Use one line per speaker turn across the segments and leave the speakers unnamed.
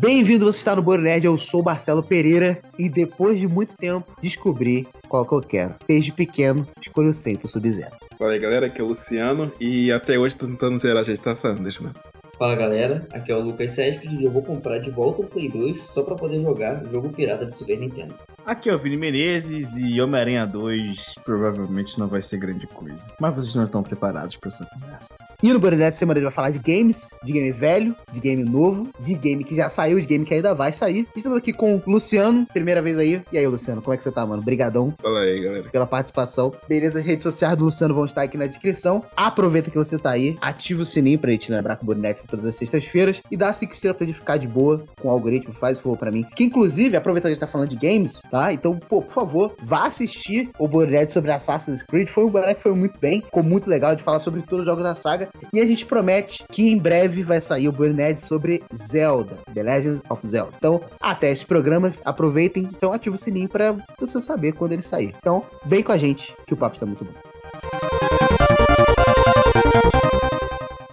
Bem-vindo, você está no Boro Nerd, eu sou o Marcelo Pereira e depois de muito tempo descobri qual que eu quero. Desde pequeno, escolho sempre o Sub-Zero.
Fala aí, galera, aqui é o Luciano e até hoje tô tentando zerar a gestação, deixa eu ver.
Fala galera, aqui é o Lucas Céspedes e eu vou comprar de volta o Play 2 só pra poder jogar jogo pirata de Super Nintendo.
Aqui é o Vini Menezes e Homem-Aranha 2 provavelmente não vai ser grande coisa. Mas vocês não é estão preparados pra essa conversa.
E no Boro Nerd semana a gente vai falar de games, de game velho, de game novo, de game que já saiu, de game que ainda vai sair. E Estamos aqui com o Luciano, primeira vez aí. E aí, Luciano, como é que você tá, mano? Brigadão
Fala aí, galera.
pela participação. Beleza, as redes sociais do Luciano vão estar aqui na descrição. Aproveita que você tá aí, ativa o sininho pra gente lembrar que o Bonex é todas as sextas-feiras e dá 5 estrelas pra gente ficar de boa com o algoritmo, faz o favor pra mim. Que inclusive, aproveita que a gente tá falando de games, tá? Então, pô, por favor, vá assistir o Bonex sobre Assassin's Creed. Foi um Bonex que foi muito bem, ficou muito legal de falar sobre todos os jogos da saga. E a gente promete que em breve vai sair o Burned sobre Zelda, The Legend of Zelda. Então, até esses programas, aproveitem, então ativa o sininho pra você saber quando ele sair. Então, vem com a gente, que o papo está muito bom.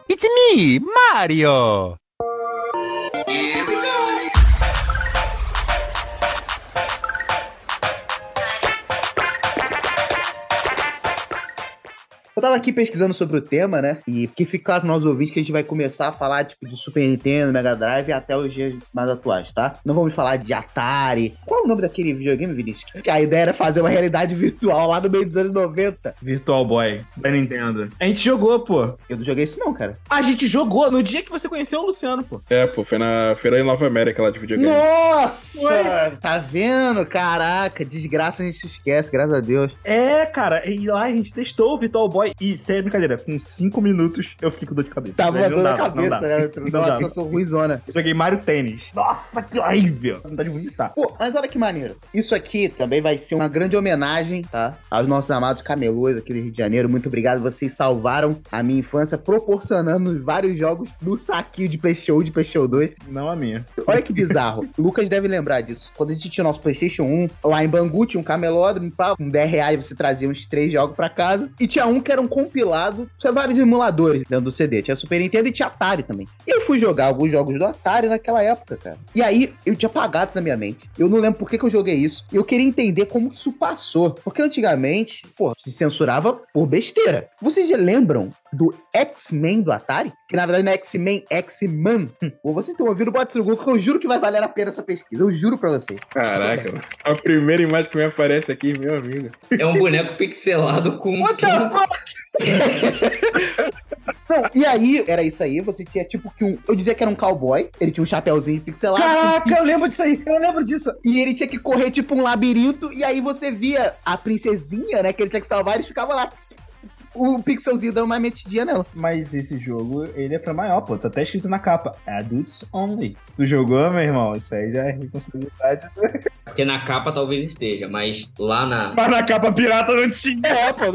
It's me, Mario!
Eu tava aqui pesquisando sobre o tema, né? E que fica claro para nossos ouvintes que a gente vai começar a falar, tipo, de Super Nintendo, Mega Drive até os dias mais atuais, tá? Não vamos falar de Atari. Qual é o nome daquele videogame, Vinícius? Que A ideia era fazer uma realidade virtual lá no meio dos anos 90.
Virtual Boy, da Nintendo. A gente jogou, pô.
Eu não joguei isso não, cara.
A gente jogou no dia que você conheceu o Luciano, pô.
É, pô, foi na Feira em Nova América lá de videogame.
Nossa! Tá vendo? Caraca, desgraça a gente esquece, graças a Deus.
É, cara, e lá a gente testou o Virtual Boy e, sem brincadeira, com 5 minutos eu fiquei com dor de cabeça.
Tava dando
Não
Tá, a
dava, não
cabeça,
dava.
né?
Não
Nossa,
dava.
eu sou ruimzona.
Eu joguei Mario Tênis. Nossa, que horrível. Dá vontade de vomitar.
Pô, mas olha que maneiro. Isso aqui também vai ser uma grande homenagem, tá? Aos nossos amados camelôs aqui do Rio de Janeiro. Muito obrigado. Vocês salvaram a minha infância, proporcionando vários jogos no saquinho de PlayStation 1, de PlayStation 2.
Não a minha.
Olha que bizarro. O Lucas deve lembrar disso. Quando a gente tinha o nosso PlayStation 1, lá em Bangu tinha um camelódromo, pá, com 10 reais você trazia uns três jogos pra casa. E tinha um que era um compilado, tinha vários emuladores dentro do CD. Tinha Super Nintendo e tinha Atari também. E eu fui jogar alguns jogos do Atari naquela época, cara. E aí eu tinha apagado na minha mente. Eu não lembro por que, que eu joguei isso. E eu queria entender como isso passou. Porque antigamente, pô, se censurava por besteira. Vocês já lembram do X-Men do Atari? Que na verdade não é X-Men, é X-Man. Ou vocês estão ouvindo o Batsugu, porque eu juro que vai valer a pena essa pesquisa. Eu juro pra vocês.
Caraca, mano. a primeira imagem que me aparece aqui, meu amigo.
É um boneco pixelado com um
Não, e aí, era isso aí. Você tinha tipo que um. Eu dizia que era um cowboy. Ele tinha um chapéuzinho pixelado.
Caraca, eu lembro disso aí. Eu lembro disso.
E ele tinha que correr tipo um labirinto. E aí você via a princesinha, né? Que ele tinha que salvar. Eles ficavam lá. O pixelzinho dando uma metidinha nela.
Mas esse jogo, ele é pra maior, pô. Tá até escrito na capa. Adults only. Se tu jogou, meu irmão, isso aí já é responsabilidade.
Porque na capa talvez esteja, mas lá na,
Mas na capa pirata não tinha.
É, pô.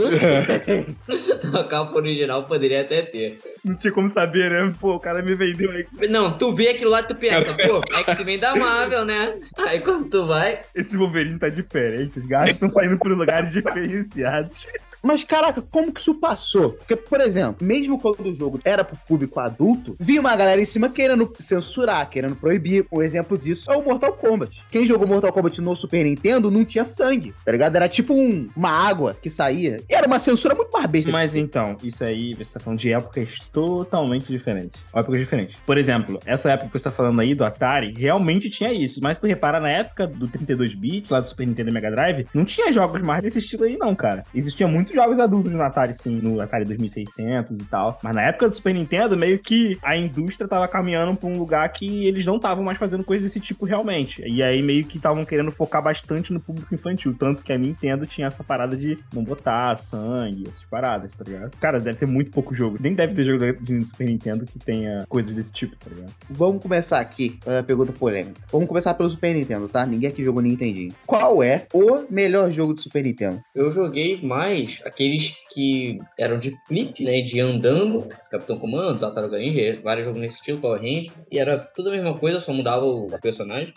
não-
na capa original poderia até ter.
Não tinha como saber, né? Pô, o cara me vendeu aí.
Não, tu vê aquilo lá e tu pensa, pô, é X-Men da Marvel, né? Aí quando tu vai,
Esse Wolverine tá diferente. Os gatos estão saindo por lugares diferenciados.
Mas caraca, como que isso passou? Porque, por exemplo, mesmo quando o jogo era pro público adulto, vi uma galera em cima querendo censurar, querendo proibir. Um exemplo disso é o Mortal Kombat. Quem jogou Mortal Kombat no Super Nintendo não tinha sangue, tá ligado? Era tipo um- uma água que saía. E era uma censura muito mais besta.
Mas então, isso aí, você tá falando de épocas totalmente diferentes. Épocas diferentes. Por exemplo, essa época que você tá falando aí do Atari, realmente tinha isso. Mas se tu repara, na época do 32 bits, lá do Super Nintendo e Mega Drive, não tinha jogos mais desse estilo aí não, cara. Existia muitos jogos adultos no Atari, sim, no Atari 2600 e tal. Mas na época do Super Nintendo, meio que a indústria tava caminhando pra um lugar que eles não estavam mais fazendo coisa desse tipo realmente. E aí meio que estavam querendo focar bastante no público infantil. Tanto que a Nintendo tinha essa parada de não botar sangue, essas paradas, tá ligado? Cara, deve ter muito pouco jogo. Nem deve ter jogo de Super Nintendo que tenha coisas desse tipo, tá ligado?
Vamos começar aqui, a pergunta polêmica. Vamos começar pelo Super Nintendo, tá? Ninguém aqui jogou Nintendinho. Qual é o melhor jogo do Super Nintendo?
eu joguei mais Aqueles que eram de flip, né? De andando, Capitão Comando, Tartaruga Ninja, vários jogos nesse estilo, Power Rangers. E era tudo a mesma coisa, só mudava o personagem.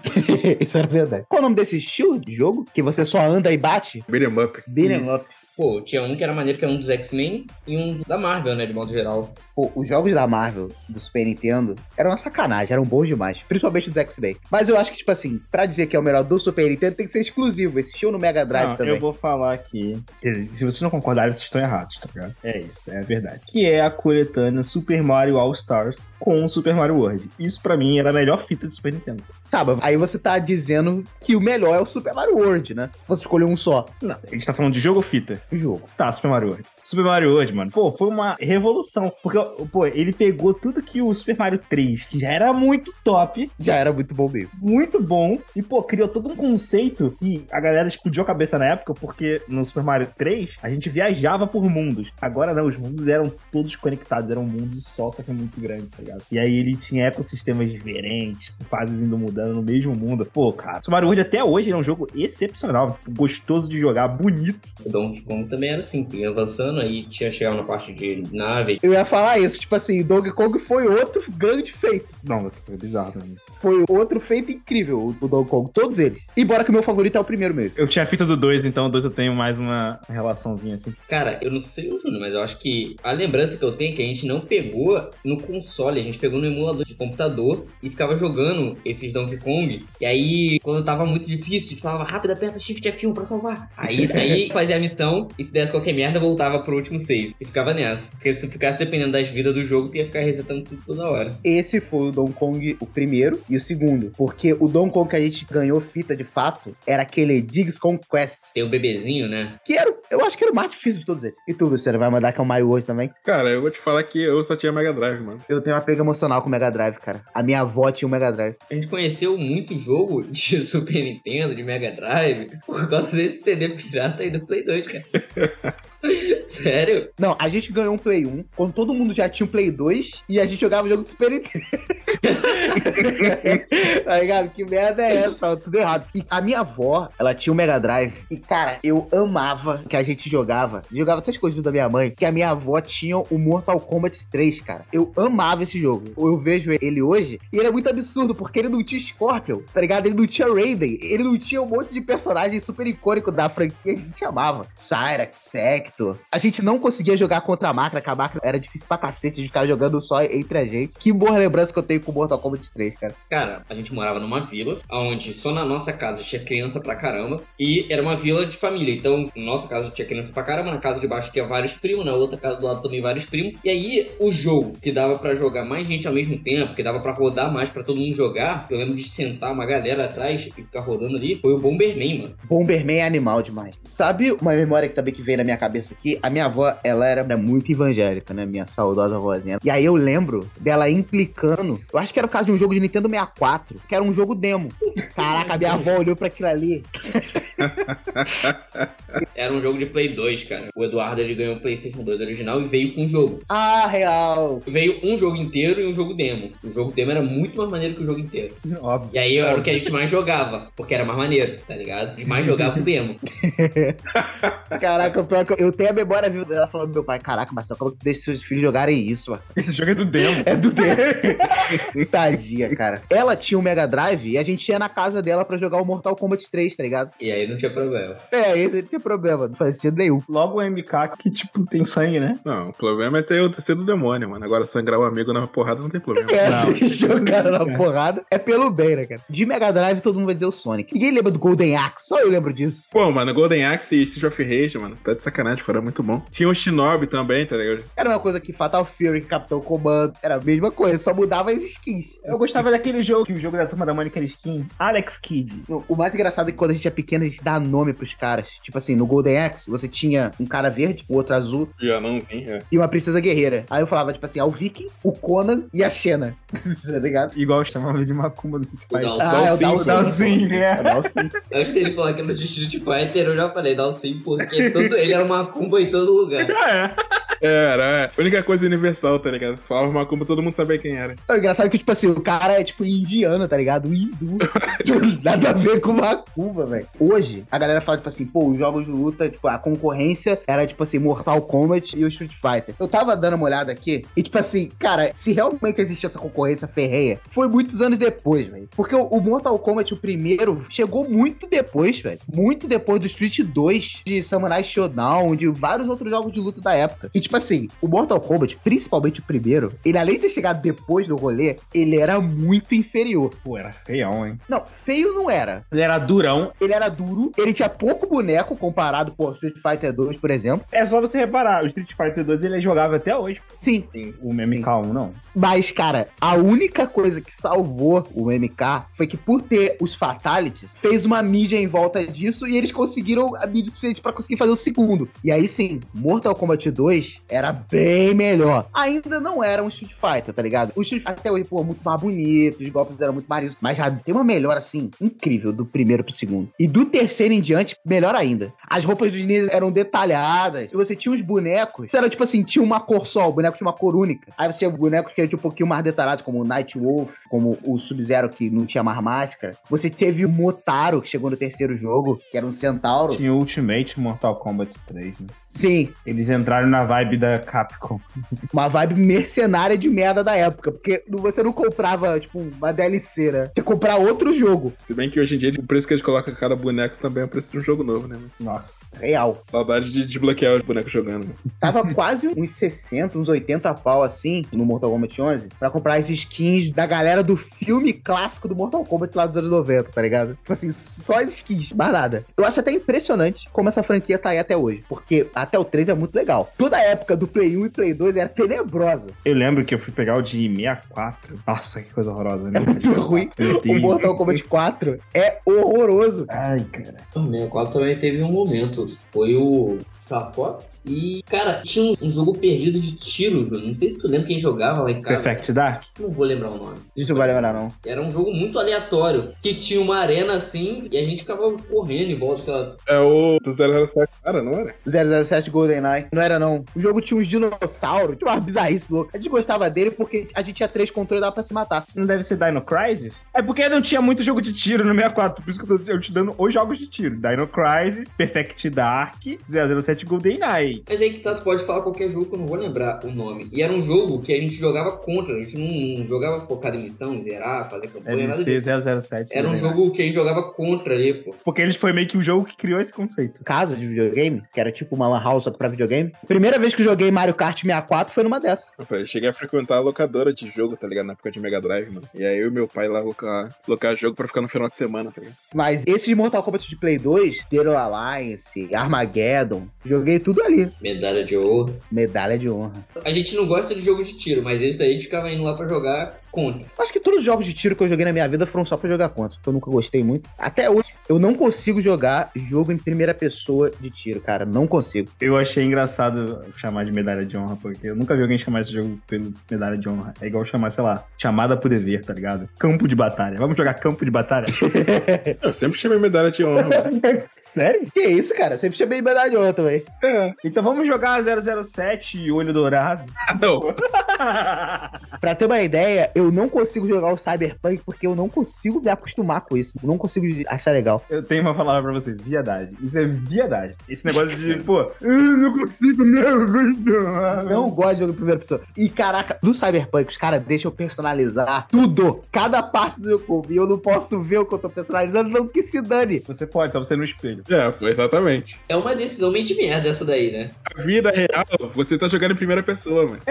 Isso era verdade. Qual é o nome desse estilo de jogo? Que você só anda e bate?
Beat 'em up.
Beat'em
Isso.
up.
Pô, tinha um que era maneiro, que é um dos X-Men e um da Marvel, né? De modo geral.
Pô, os jogos da Marvel, do Super Nintendo, eram uma sacanagem, eram bons demais. Principalmente os X-Men. Mas eu acho que, tipo assim, pra dizer que é o melhor do Super Nintendo, tem que ser exclusivo. Esse show no Mega Drive
Não,
também.
Eu vou falar aqui. Quer dizer, Se vocês não concordarem, vocês estão errados, tá ligado? É isso, é a verdade. Que é a coletânea Super Mario All Stars com Super Mario World. Isso pra mim era a melhor fita do Super Nintendo.
Tá, mas aí você tá dizendo que o melhor é o Super Mario World, né? Você escolheu um só.
Não, a gente tá falando de jogo ou fita?
O jogo.
Tá, Super Mario World. Super Mario World, mano, pô, foi uma revolução. Porque, pô, ele pegou tudo que o Super Mario 3, que já era muito top,
Já era muito bom mesmo.
muito bom e, pô, criou todo um conceito e a galera explodiu a cabeça na época porque no Super Mario 3 a gente viajava por mundos. Agora não, os mundos eram todos conectados, era um mundo só, só que muito grande, tá ligado? E aí ele tinha ecossistemas diferentes, com fases indo mudando no mesmo mundo. Pô, cara, Super Mario World até hoje ele é um jogo excepcional, tipo, gostoso de jogar, bonito.
O Donkey Kong também era assim, ia avançando, aí tinha chegado na parte de nave.
Eu ia falar isso, tipo assim, Donkey Kong foi outro grande feito.
Não, é bizarro, mano.
Foi outro feito incrível, o do Donkey Kong, todos eles. Embora que o meu favorito é o primeiro mesmo.
Eu tinha a fita do 2, então o 2 eu tenho mais uma relaçãozinha assim.
Cara, eu não sei o Júnior, mas eu acho que a lembrança que eu tenho é que a gente não pegou no console, a gente pegou no emulador de computador e ficava jogando esses Donkey Kong. E aí, quando tava muito difícil, a gente falava rápido, aperta Shift F1 pra salvar. Aí, aí fazia a missão e se desse qualquer merda, voltava pro último save. E ficava nessa. Porque se tu ficasse dependendo das vidas do jogo, tu ia ficar resetando tudo toda hora.
Esse foi o Donkey Kong, o primeiro e o segundo. Porque o Donkey Kong que a gente ganhou fita de fato era aquele Diggs Conquest.
Tem o bebezinho, né?
Que era, o- eu acho que era o mais difícil de todos eles. E tudo, você vai mandar que é o Mario hoje também?
Cara, eu vou te falar que eu só tinha Mega Drive, mano.
Eu tenho um apego emocional com o Mega Drive, cara. A minha avó tinha o Mega Drive.
A gente conheceu muito jogo de Super Nintendo, de Mega Drive, por causa desse CD pirata aí do Play 2, cara. Sério?
Não, a gente ganhou um Play 1, quando todo mundo já tinha um Play 2, e a gente jogava o jogo do Super Nintendo. tá ligado? Que merda é essa? Tava tudo errado. E a minha avó, ela tinha o Mega Drive. E, cara, eu amava que a gente jogava. Jogava até escondido da minha mãe, que a minha avó tinha o Mortal Kombat 3, cara. Eu amava esse jogo. Eu vejo ele hoje, e ele é muito absurdo, porque ele não tinha Scorpion, tá ligado? Ele não tinha Raiden, ele não tinha um monte de personagem super icônico da franquia que a gente amava. Cyrax, Sector. A gente não conseguia jogar contra a máquina, que a máquina era difícil pra cacete de ficar jogando só entre a gente. Que boa lembrança que eu tenho com Mortal Kombat 3, cara.
Cara, a gente morava numa vila, onde só na nossa casa tinha criança pra caramba, e era uma vila de família. Então, na nossa casa tinha criança pra caramba, na casa de baixo tinha vários primos, na outra casa do lado também vários primos. E aí, o jogo que dava pra jogar mais gente ao mesmo tempo, que dava pra rodar mais pra todo mundo jogar, eu lembro de sentar uma galera atrás e ficar rodando ali, foi o Bomberman, mano.
Bomberman é animal demais. Sabe uma memória que também que veio na minha cabeça aqui? A minha avó, ela era muito evangélica, né? Minha saudosa avózinha. E aí eu lembro dela implicando. Eu acho que era por causa de um jogo de Nintendo 64, que era um jogo demo. Caraca, a minha avó olhou pra aquilo ali.
Era um jogo de Play 2, cara. O Eduardo ele ganhou o PlayStation 2 original e veio com um jogo.
Ah, real.
Veio um jogo inteiro e um jogo demo. O jogo demo era muito mais maneiro que o jogo inteiro.
Óbvio.
E aí era o que a gente mais jogava, porque era mais maneiro, tá ligado? E mais jogava o demo.
Caraca, o pior é que eu, eu tenho a memória viva dela falando pro meu pai: Caraca, Marcelo, como que deixa seus filhos jogarem isso, Marcelo?
Esse jogo é do demo.
É do demo. Tadinha, cara. Ela tinha o Mega Drive e a gente ia na casa dela pra jogar o Mortal Kombat 3, tá ligado?
E aí não tinha problema.
É, esse não tinha problema, não faz sentido nenhum.
Logo o MK que, tipo, tem sangue, né?
Não, o problema é ter o ser do demônio, mano. Agora sangrar o amigo na porrada não tem problema.
É,
Não.
se jogaram na porrada. É pelo bem, né, cara? De Mega Drive, todo mundo vai dizer o Sonic. Ninguém lembra do Golden Axe, só eu lembro disso.
Pô, mano, Golden Axe e Street of Rage, mano, tá de sacanagem, cara, muito bom. Tinha o Shinobi também, tá ligado?
Era uma coisa que Fatal Fury, Capitão Comando, era a mesma coisa, só mudava as skins.
Eu gostava daquele jogo, que o jogo da turma da Mônica era skin. Alex Kidd.
O mais engraçado é que quando a gente é pequeno, a gente dá nome pros caras. Tipo assim, no Golden Axe, você tinha um cara verde, o outro azul
E o anãozinho, é.
e uma princesa guerreira. Aí eu falava, tipo assim, ah, o Viking, o Conan e a Xena. tá ligado?
Igual eu chamava de Macumba do Street
O
Fighter.
Dalsin.
é o
Dalsin.
Dalsin, né?
É o Dalsin.
Antes dele falar um que era do Street Fighter, eu já falei Dalsin, porque todo ele era uma cumba em todo lugar.
Ah, é.
Era, a única coisa universal, tá ligado? Falava Macumba, todo mundo sabia quem era.
É engraçado que, tipo assim, o cara é, tipo, indiano, tá ligado? Hindu. Nada a ver com Macumba, velho. Hoje, a galera fala, tipo assim, pô, os jogos de luta, tipo, a concorrência era, tipo assim, Mortal Kombat e o Street Fighter. Eu tava dando uma olhada aqui e, tipo assim, cara, se realmente existe essa concorrência ferreia, foi muitos anos depois, velho. Porque o, o Mortal Kombat, o primeiro, chegou muito depois, velho. Muito depois do Street 2, de Samurai Shodown, de vários outros jogos de luta da época. E, tipo assim, o Mortal Kombat, principalmente o primeiro, ele além de ter chegado depois do rolê, ele era muito inferior.
Pô, era feião, hein?
Não, feio não era.
Ele era durão.
Ele era duro, ele tinha pouco boneco comparado, pô, Street Fighter 2, por exemplo.
É só você reparar, o Street Fighter 2 ele é jogável até hoje.
Sim,
O MK1 não.
mas, cara, a única coisa que salvou o MK foi que, por ter os Fatalities, fez uma mídia em volta disso e eles conseguiram a mídia suficiente pra conseguir fazer o segundo. E aí sim, Mortal Kombat 2 era bem melhor. Ainda não era um Street Fighter, tá ligado? O Street Fighter até hoje, pô, é muito mais bonito, os golpes eram muito mais mas já tem uma melhora, assim, incrível do primeiro pro segundo. E do terceiro em diante, melhor ainda. As roupas dos ninjas eram detalhadas. E você tinha os bonecos. Era tipo assim, tinha uma cor só, o boneco tinha uma cor única. Aí você tinha bonecos que eram um pouquinho mais detalhados, como o Night Wolf, como o Sub-Zero que não tinha mais máscara. Você teve o Motaro, que chegou no terceiro jogo, que era um centauro.
Tinha Ultimate Mortal Kombat 3, né?
Sim,
Eles entraram na vibe da Capcom.
uma vibe mercenária de merda da época. Porque você não comprava, tipo, uma DLC, né? Você comprava outro jogo.
Se bem que hoje em dia o preço que eles colocam em cada boneco também é o preço de um jogo novo, né? mano?
Nossa.
Real.
Saudade de desbloquear os bonecos jogando. mano.
Tava quase uns 60, uns 80 pau assim no Mortal Kombat 11 pra comprar as skins da galera do filme clássico do Mortal Kombat lá dos anos 90, tá ligado? Tipo assim, só as skins, mais nada. Eu acho até impressionante como essa franquia tá aí até hoje, porque até o 3 é muito legal. Toda a época do Play 1 e Play 2 era tenebrosa.
Eu lembro que eu fui pegar o de 64. Nossa, que coisa horrorosa,
É
né?
muito ruim. O Mortal Kombat 4 é horroroso.
Ai, cara.
O 64 também teve um momento. Foi o Star Fox. E, cara, tinha um, um jogo perdido de tiro, mano. Não sei se tu lembra quem jogava lá em casa.
Perfect Dark?
Não vou lembrar o nome.
Isso não vai lembrar, não.
Era um jogo muito aleatório. Que tinha uma arena assim e a gente ficava correndo em volta daquela.
É o do 007, cara, não era?
007 GoldenEye. Não era, não. O jogo tinha uns dinossauros, tinha uma bizarrice louca. A gente gostava dele porque a gente tinha três controles e dava pra se matar.
Não deve ser Dino Crisis? É porque não tinha muito jogo de tiro no 64, por isso que eu tô eu te dando os jogos de tiro. Dino Crisis, Perfect Dark, 007 GoldenEye.
Mas aí que tá, tu pode falar qualquer jogo que eu não vou lembrar o nome. E era um jogo que a gente jogava contra. A gente não, não jogava focado em missão, zerar, fazer campanha, nada
MC
disso.
007.
Era um
GoldenEye.
jogo que a gente jogava contra ali, pô.
Porque eles foi meio que o jogo que criou esse conceito.
Casa de videogame, que era tipo uma lan house só que pra videogame. Primeira vez que eu joguei Mario Kart 64 foi numa dessa.
Rapaz, eu cheguei a frequentar a locadora de jogo, tá ligado? Na época de Mega Drive, mano. E aí eu e meu pai lá locar, locar jogo pra ficar no final de semana, tá ligado?
Mas esses Mortal Kombat de Play 2, Zero Alliance, Armageddon, joguei tudo ali.
Medalha de ouro.
Medalha de honra.
A gente não gosta de jogo de tiro, mas esse daí a gente ficava indo lá pra jogar contra.
Acho que todos os jogos de tiro que eu joguei na minha vida foram só pra jogar contra, que eu nunca gostei muito. Até hoje, eu não consigo jogar jogo em primeira pessoa de tiro, cara. Não consigo.
Eu achei engraçado chamar de medalha de honra, porque eu nunca vi alguém chamar esse jogo pelo medalha de honra. É igual chamar, sei lá, chamada por dever, tá ligado? Campo de batalha. Vamos jogar campo de batalha?
Eu sempre chamei medalha de honra, mano.
Sério?
Que isso, cara? Sempre chamei medalha de honra também.
É.
Então vamos jogar 007 e Olho Dourado.
Ah, não.
Pra ter uma ideia, eu não consigo jogar o Cyberpunk porque eu não consigo me acostumar com isso. Eu não consigo achar legal.
Eu tenho uma palavra pra você, viadagem. Isso é viadagem. Esse negócio de, pô, eu não consigo, não.
Não gosto de jogo em primeira pessoa. E caraca, no Cyberpunk, os caras deixam eu personalizar tudo. Cada parte do meu corpo. E eu não posso ver o que eu tô personalizando, não que se dane.
Você pode, tá você no espelho.
É, pô, exatamente.
É uma decisão meio de merda essa daí, né?
A vida real, você tá jogando em primeira pessoa, mano.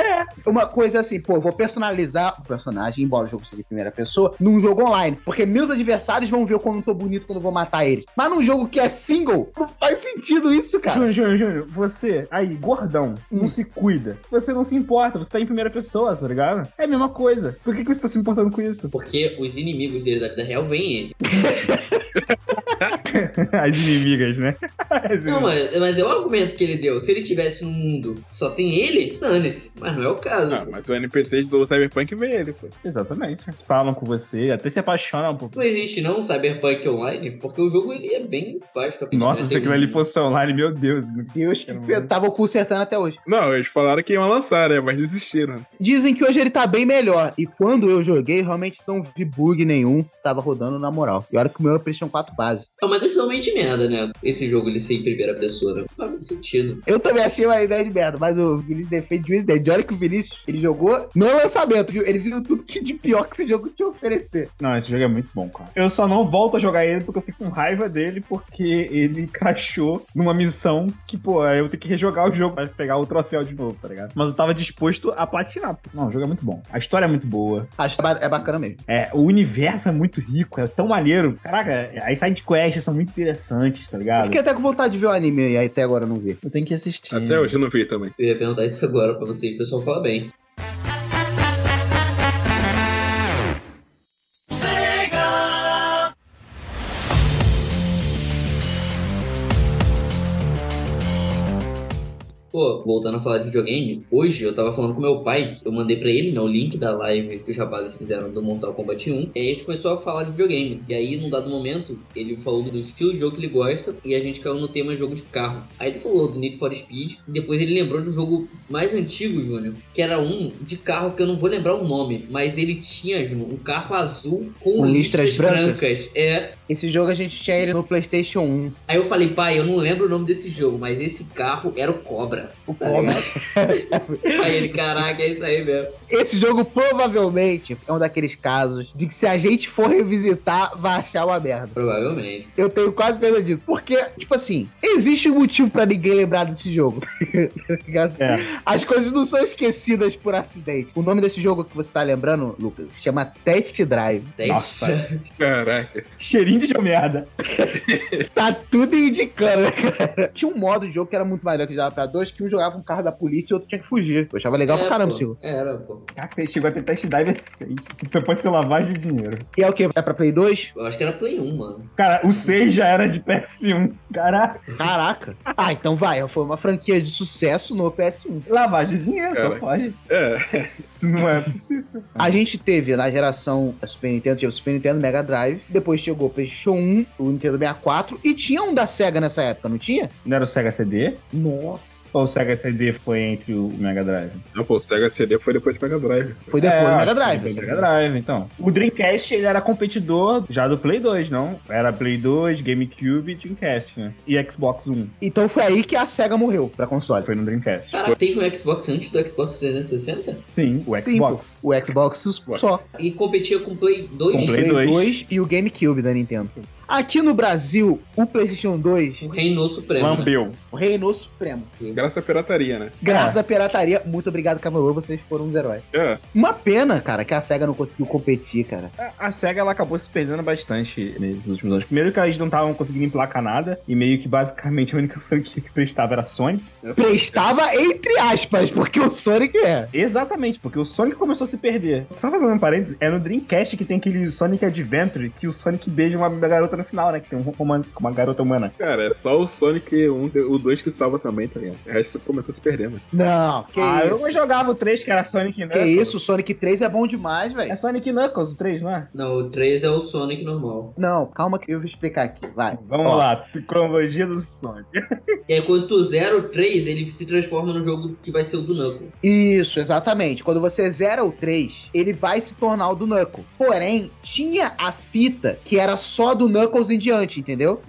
Uma coisa assim, pô, eu vou personalizar o personagem, embora o jogo seja em primeira pessoa, num jogo online. Porque meus adversários vão ver como eu tô bonito quando eu vou matar eles. Mas num jogo que é single, não faz sentido isso, cara. Hum.
Júnior, Júnior, Júnior, você aí, gordão, não se cuida. Você não se importa, você tá em primeira pessoa, tá ligado? É a mesma coisa. Por que, que você tá se importando com isso?
Porque os inimigos dele da vida real veem ele.
As inimigas, né? As
Não,
inimigas.
mas, mas é o argumento que ele deu. Se ele tivesse num mundo que só tem ele, dane-se. Mas não é o caso.
Ah, mas o NPC do Cyberpunk vê ele, pô.
Exatamente. Falam com você, até se apaixonam por.
Não existe não Cyberpunk Online, porque o jogo ele é bem baixo.
Nossa, se aquilo
um-
ali fosse online, meu Deus.
Deus, que tava consertando até hoje.
Não, eles falaram que iam lançar, né? Mas desistiram.
Dizem que hoje ele tá bem melhor. E quando eu joguei, realmente não vi bug nenhum. Tava rodando na moral. E olha que o meu é PlayStation 4 base.
É uma decisão meio de merda, né? Esse jogo ele ser em primeira pessoa, né? Não faz muito sentido.
Eu também achei uma ideia de merda, mas o Vinícius defende o ideia. E olha que o Vinícius, ele jogou no lançamento, viu? Ele viu tudo que de pior que esse jogo tinha a oferecer.
Não, esse jogo é muito bom, cara. Eu só não volto a jogar ele porque eu fico com raiva dele, porque ele crashou numa missão que, pô, aí eu tenho que rejogar o jogo pra pegar o troféu de novo, tá ligado? Mas eu tava disposto a platinar. pô. Não, o jogo é muito bom. A história é muito boa.
Acho que é ba- é bacana mesmo.
É, o universo é muito rico, é tão maneiro. Caraca, as sidequests são muito interessantes, tá
Eu
ligado?
fiquei até com vontade de ver o anime e aí até agora eu não vi.
Eu tenho que assistir.
Até hoje eu não vi também.
Eu ia perguntar isso agora pra vocês, o pessoal fala bem. Pô, voltando a falar de videogame, hoje eu tava falando com meu pai, eu mandei pra ele, né, o link da live que os rapazes fizeram do Mortal Kombat 1, e aí a gente começou a falar de videogame. E aí, num dado momento, ele falou do estilo de jogo que ele gosta, e a gente caiu no tema jogo de carro. Aí ele falou do Need for Speed, e depois ele lembrou de um jogo mais antigo, Júnior, que era um de carro que eu não vou lembrar o nome, mas ele tinha, Júnior, um carro azul com,
Com listras
brancas. É,
Esse jogo a gente tinha ele no PlayStation 1.
Aí eu falei, pai, eu não lembro o nome desse jogo, mas esse carro era o Cobra.
O
Tá
Cobra.
ligado? aí ele, caraca, é isso aí mesmo.
Esse jogo provavelmente é um daqueles casos de que se a gente for revisitar, vai achar uma merda.
Provavelmente.
Eu tenho quase certeza disso. Porque, tipo assim, existe um motivo pra ninguém lembrar desse jogo. tá ligado?
É.
As coisas não são esquecidas por acidente. O nome desse jogo que você tá lembrando, Lucas, se chama Test Drive.
Dez-
Nossa.
Caraca.
Cheirinho de merda.
Tá tudo indicando, né, cara? Tinha um modo de jogo que era muito melhor que dava pra dois, que um jogava um carro da polícia e outro tinha que fugir. Eu achava legal
É,
pra caramba,
pô.
Silvio.
Era, pô.
Caraca, chegou a ter test diver 6. Você pode ser lavagem de dinheiro.
E é o quê? É pra Play 2?
Eu acho que era Play 1, mano.
Cara, o 6 já era de PS1. Caraca,
Caraca. Ah, então vai. Foi uma franquia de sucesso no PS1.
lavagem de dinheiro,
Cara.
só pode.
É.
Isso não é possível.
A gente teve na geração Super Nintendo, tinha o Super Nintendo Mega Drive, depois chegou o PlayStation 1, o Nintendo 64, e tinha um da SEGA nessa época, não tinha?
Não era o Sega CD?
Nossa!
Ou o Sega CD foi entre o Mega Drive?
Não, pô, o Sega CD foi depois do Mega Drive.
Foi depois
É,
do
acho
Mega
que
Drive. assim.
foi do
essa
Mega
época.
Drive, então. O Dreamcast, ele era competidor já do Play 2, não? Era Play 2, GameCube e Dreamcast, né? E Xbox One.
Então foi aí que a SEGA morreu pra console.
Foi no Dreamcast.
Caraca, teve um Xbox antes do Xbox 360?
Sim, o
Sim,
Xbox.
pô. o Xbox só.
E competia com o Play 2?
Com
O
Play
Play 2.
2.
e o GameCube da Nintendo. Aqui no Brasil, o PlayStation 2
O Reinou Supremo. né?
Lambeu.
reinou supremo.
Graças à pirataria, né?
É.
Graças à pirataria, muito obrigado, Cavalor, vocês foram os heróis.
É.
Uma pena, cara, que a SEGA não conseguiu competir, cara.
A, a SEGA ela acabou se perdendo bastante nesses últimos anos. Primeiro que eles não estavam conseguindo emplacar nada, e meio que basicamente a única franquia que prestava era a Sony.
Essa-
Prestava entre aspas, porque o Sonic é.
Exatamente, porque o Sonic começou a se perder. Só fazendo um parênteses, é no Dreamcast que tem aquele Sonic Adventure que o Sonic beija uma garota no final, né? Que tem um romance com uma garota humana.
Cara, é só o Sonic 1, o 2 que salva também, tá ligado? O resto começou a se perder, mano.
Não, que
ah,
isso.
eu jogava o 3 que era Sonic
Que
Knuckles.
isso, Sonic 3 é bom demais,
É
velho.
Sonic Knuckles o 3, não é?
Não, o 3 é o Sonic normal.
Não, calma que eu vou explicar aqui, vai.
Vamos
Ó,
lá, cronologia do Sonic.
E aí quando tu zera o 3, ele se transforma no jogo que vai ser o do Knuckles.
Isso, exatamente. Quando você zera o 3, ele vai se tornar o do Knuckles. Porém, tinha a fita que era só do Knuckles em diante, entendeu?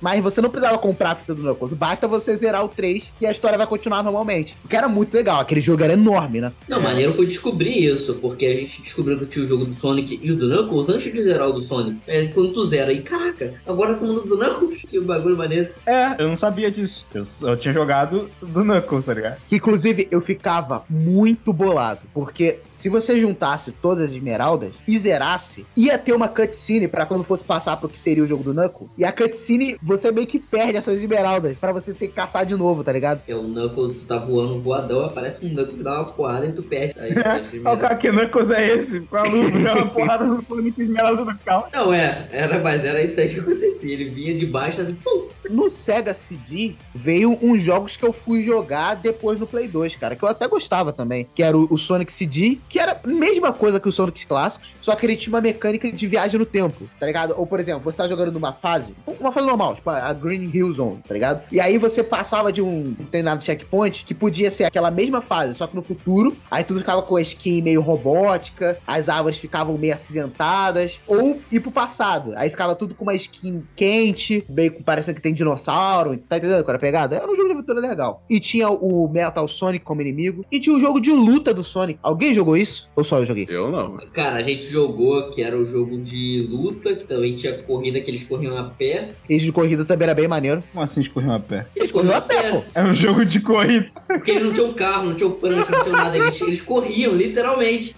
Mas você não precisava comprar a fita do Knuckles. Basta você zerar o 3 e a história vai continuar normalmente. Porque era muito legal, aquele jogo era enorme, né?
Não, maneiro foi descobrir isso, porque a gente descobriu que tinha o jogo do Sonic e o do Knuckles antes de zerar o do Sonic. É, quando tu zera aí, caraca, agora com o mundo do Knuckles, que bagulho maneiro.
É, eu não sabia disso. Eu, eu tinha jogado do Knuckles, tá ligado?
Que inclusive eu ficava muito bolado, porque se você juntasse todas as esmeraldas e zerasse, ia ter uma cutscene pra quando fosse passar pro que inserir o jogo do Knuckle. E a cutscene, você meio que perde as suas esmeraldas pra você ter que caçar de novo, tá ligado?
É o Knuckles, tu tá voando voadão, aparece um Knuckles, dá uma coada e tu perde. Aí,
Uhum.
perde
Olha É o
esmeralda.
cara que Knuckles é esse, com a luva, deu uma porrada no fone que esmeralda do carro.
não, é, era, mas era isso aí que acontecia. Ele vinha de baixo assim, pum,
No Sega CD veio uns jogos que eu fui jogar depois no Play 2, cara, que eu até gostava também, que era o, o Sonic CD, que era a mesma coisa que os Sonics clássicos, só que ele tinha uma mecânica de viagem no tempo, tá ligado? Ou, por exemplo, você tá jogando numa fase, uma fase normal, tipo a a Green Hill Zone, tá ligado? E aí você passava de um determinado checkpoint que podia ser aquela mesma fase, só que no futuro, aí tudo ficava com a skin meio robótica, as árvores ficavam meio acinzentadas, ou ir pro passado, aí ficava tudo com uma skin quente, meio com- parecendo que tem dinossauro, tá entendendo qual era a pegada? Era um jogo de aventura legal. E tinha o Metal Sonic como inimigo, e tinha o jogo de luta do Sonic. Alguém jogou isso? Ou só eu joguei?
Eu não.
Cara, a gente jogou que era o jogo de luta, que também tinha corrida que eles corriam a pé.
Esse de corrida também era bem maneiro.
Como assim escorreu a pé?
Eles
Correu a pé, pô.
É um jogo de corrida.
Porque eles não tinham carro, não tinham pano, não tinham nada. Eles, eles corriam, literalmente.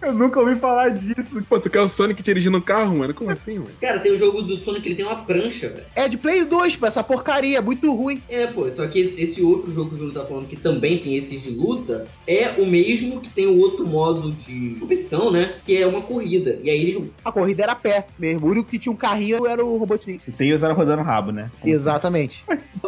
Eu nunca ouvi falar disso.
Pô, tu quer o Sonic dirigindo um carro, mano? Como assim, mano?
Cara, tem o jogo do Sonic que ele tem uma prancha, velho.
É de Play 2, pô, essa porcaria, muito ruim.
É, pô, só que esse outro jogo que o Júlio tá falando que também tem esses de luta é o mesmo que tem o outro modo de competição, né? Que é uma corrida. E aí eles.
A corrida era a pé mesmo. O único que tinha um carrinho era o Robotnik.
E tem os caras rodando o rabo, né?
Uhum. Exatamente.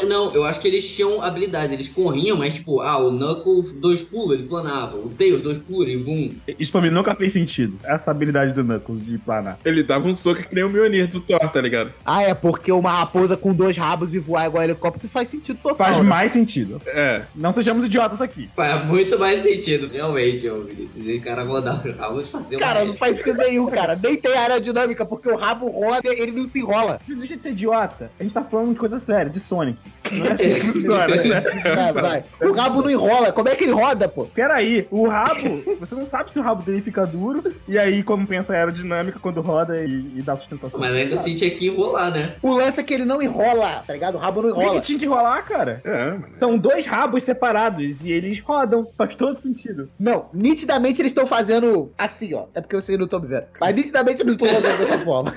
Não, eu acho que eles tinham habilidades. Eles corriam, mas tipo, ah, o Knuckles, dois pulos, ele planava. O Tails, dois pulos, e boom.
Isso pra mim nunca fez sentido. Essa habilidade do Knuckles de planar.
Ele dava um soco que nem o Mionir do Thor, tá ligado?
Ah, é porque uma raposa com dois rabos e voar igual helicóptero faz sentido total.
Faz
né?
mais sentido.
É.
Não sejamos idiotas aqui.
Faz muito mais sentido, realmente, ô Vinícius. Esse cara rodar o rabo e fazer uma
Cara, não
reta.
faz sentido nenhum, cara. Nem tem aerodinâmica, porque o rabo roda e ele não se enrola.
Deixa de ser idiota. A gente tá falando de coisa séria, de Sonic. Não é assim que funciona, né?
Vai, vai. O rabo não enrola. Como é que ele roda, pô?
Peraí, o rabo, você não sabe se o rabo dele fica duro, e aí compensa a aerodinâmica quando roda e, e dá sustentação.
Mas ainda assim tinha que enrolar, né?
O lance é que ele não enrola, tá ligado? O rabo não
Por que
enrola.
que tinha que rolar, cara?
É, mano.
São dois rabos separados e eles rodam, faz todo sentido.
Não, nitidamente eles estão fazendo assim, ó. É porque vocês não estão me vendo. Mas nitidamente eles não estão fazendo dessa forma.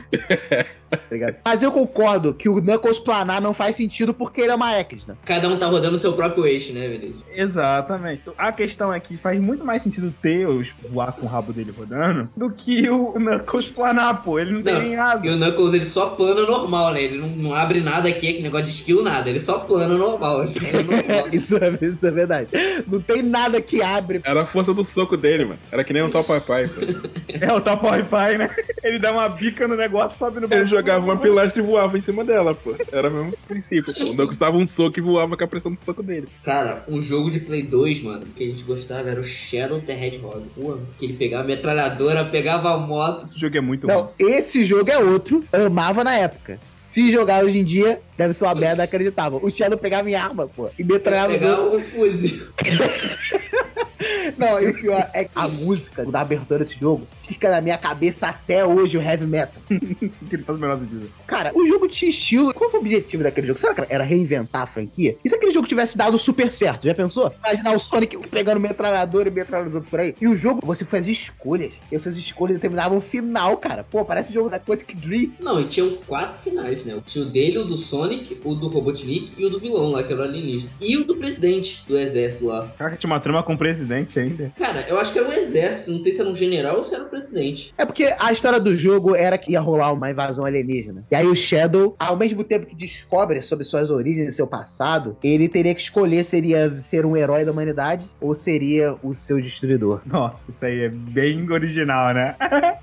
tá ligado? Mas eu concordo que o Knuckles planar não faz sentido porque ele é uma Echidna.
Cada um tá rodando o seu próprio eixo, né, Vinícius?
Exatamente. A questão é que faz muito mais sentido o Tails voar com o rabo dele rodando do que o Knuckles planar, pô. Ele não tem
Não,
nem
E
asa.
o Knuckles, ele só plana normal, né? Ele não, não abre nada aqui, que negócio de skill, nada. Ele só plana normal. Ele plana normal.
Isso é, isso é verdade. Não tem nada que abre.
Era a força do soco dele, mano. Era que nem um Thor Pai Pai. pô.
É o Top Wi-Fi, né? Ele dá uma bica no negócio, sobe no
Ele jogava uma pilastra e voava em cima dela, pô. Era o mesmo princípio, pô. O Knuckles dava um soco e voava com a pressão do soco dele.
Cara, um jogo de Play 2, mano, que a gente gostava era o Shadow the Hedgehog. Pô, que ele pegava a metralhadora, pegava a moto.
Esse jogo é muito bom.
Não, esse jogo é outro. Amava na época. Se jogar hoje em dia, deve ser uma merda acreditável. O Shadow pegava em arma, pô. E metralhava os outros.
Pegava um fuzil.
Não, e o pior é que a música da abertura desse jogo fica na minha cabeça até hoje, o heavy metal.
que ele faz o menor sentido.
Cara, o jogo tinha estilo. Qual foi o objetivo daquele jogo? Será que era reinventar a franquia? E se aquele jogo tivesse dado super certo? Já pensou? Imaginar o Sonic pegando metralhador e metralhador por aí. E o jogo, você fazia escolhas. E essas escolhas determinavam o final, cara. Pô, parece o jogo da Quantic Dream.
Não, e tinham quatro finais, né? Tinha o dele, o do Sonic, o do Robotnik e o do vilão lá, que era o alienígena. E o do presidente do exército lá.
Caraca, tinha uma trama com o presidente ainda.
Cara, eu acho que era um exército, não sei se era um general ou se era um presidente.
É porque a história do jogo era que ia rolar uma invasão alienígena. E aí o Shadow, ao mesmo tempo que descobre sobre suas origens e seu passado, ele teria que escolher seria ser um herói da humanidade ou seria o seu destruidor.
Nossa, isso aí é bem original, né?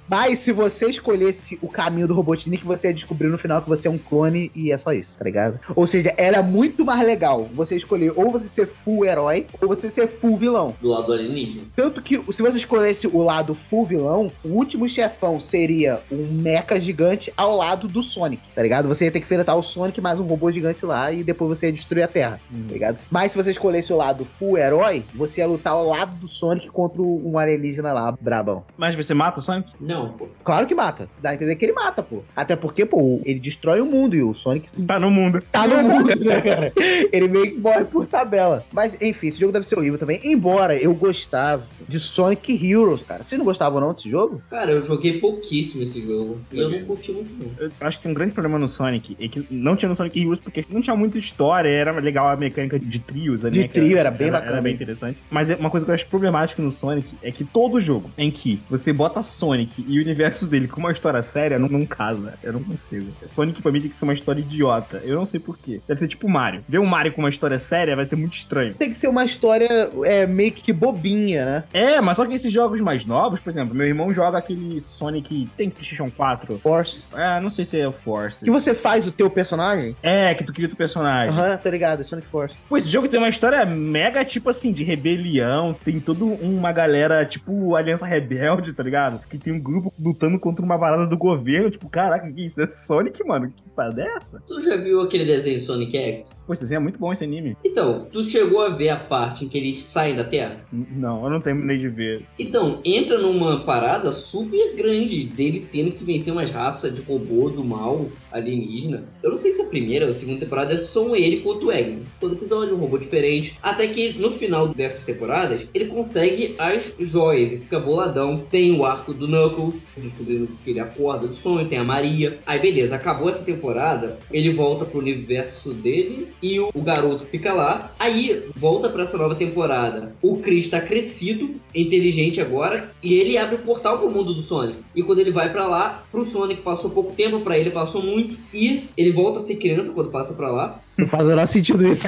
Mas se você escolhesse o caminho do Robotnik, você ia descobrir no final que você é um clone e é só isso, tá ligado? Ou seja, era muito mais legal você escolher ou você ser full herói ou você ser full vilão.
Do lado do alienígena.
Tanto que se você escolhesse o lado full vilão, o último chefão seria um mecha gigante ao lado do Sonic, tá ligado? Você ia ter que enfrentar o Sonic mais um robô gigante lá e depois você ia destruir a Terra, tá ligado? Mas se você escolhesse o lado full herói, você ia lutar ao lado do Sonic contra um alienígena lá, brabão.
Mas você mata o Sonic?
Não, pô.
Claro que mata. Dá a entender que ele mata, pô. Até porque, pô, ele destrói o mundo e o Sonic
Tá no mundo.
tá no mundo, né, cara? Ele meio que morre por tabela. Mas, enfim, esse jogo deve ser horrível também. Embora eu goste gostava de Sonic Heroes, cara. Vocês não gostavam não desse jogo?
Cara, eu joguei pouquíssimo esse jogo. E eu não curti muito, não.
Eu acho que um grande problema no Sonic é que não tinha no Sonic Heroes porque não tinha muita história, era legal a mecânica de trios ali.
De
né, que
trio, era bem bacana.
Era bem interessante. Mas é uma coisa que eu acho problemática no Sonic é que todo jogo em que você bota Sonic e o universo dele com uma história séria, não, não casa. Eu não consigo. Sonic pra mim tem que ser uma história idiota. Eu não sei porquê. Deve ser tipo Mario. Ver um Mario com uma história séria vai ser muito estranho.
Tem que ser uma história é, meio que bobinha, né?
É, mas só que esses jogos mais novos, por exemplo, meu irmão joga aquele Sonic, tem PlayStation 4.
Force.
É, não sei se é o Force.
Que você faz o teu personagem?
É, que tu cria o personagem.
Aham, tô ligado, Sonic Force.
Pô, esse jogo tem uma história mega, tipo assim, de rebelião. Tem toda uma galera, tipo, Aliança Rebelde, tá ligado? Que tem um grupo lutando contra uma parada do governo. Tipo, caraca, que isso? É Sonic, mano? Que parada é essa?
Tu já viu aquele desenho Sonic X?
Pô, esse desenho é muito bom esse anime.
Então, tu chegou a ver a parte em que eles saem da Terra?
N- Não, eu não terminei de ver.
Então, entra numa parada super grande dele tendo que vencer umas raças de robô do mal alienígena. Eu não sei se a primeira ou a segunda temporada é só ele contra o Eggman. Todo episódio, um robô diferente. Até que no final dessas temporadas, ele consegue as joias e fica boladão. Tem o arco do Knuckles, descobrindo que ele acorda do sonho, tem a Maria. Aí beleza, acabou essa temporada, ele volta pro universo dele e o, o garoto fica lá. Aí volta pra essa nova temporada. O Chris tá crescido, inteligente agora, e ele abre o portal pro mundo do Sonic. E quando ele vai pra lá, pro Sonic passou pouco tempo, pra ele passou muito, e ele volta a ser criança quando passa pra lá.
Não faz o menor sentido isso.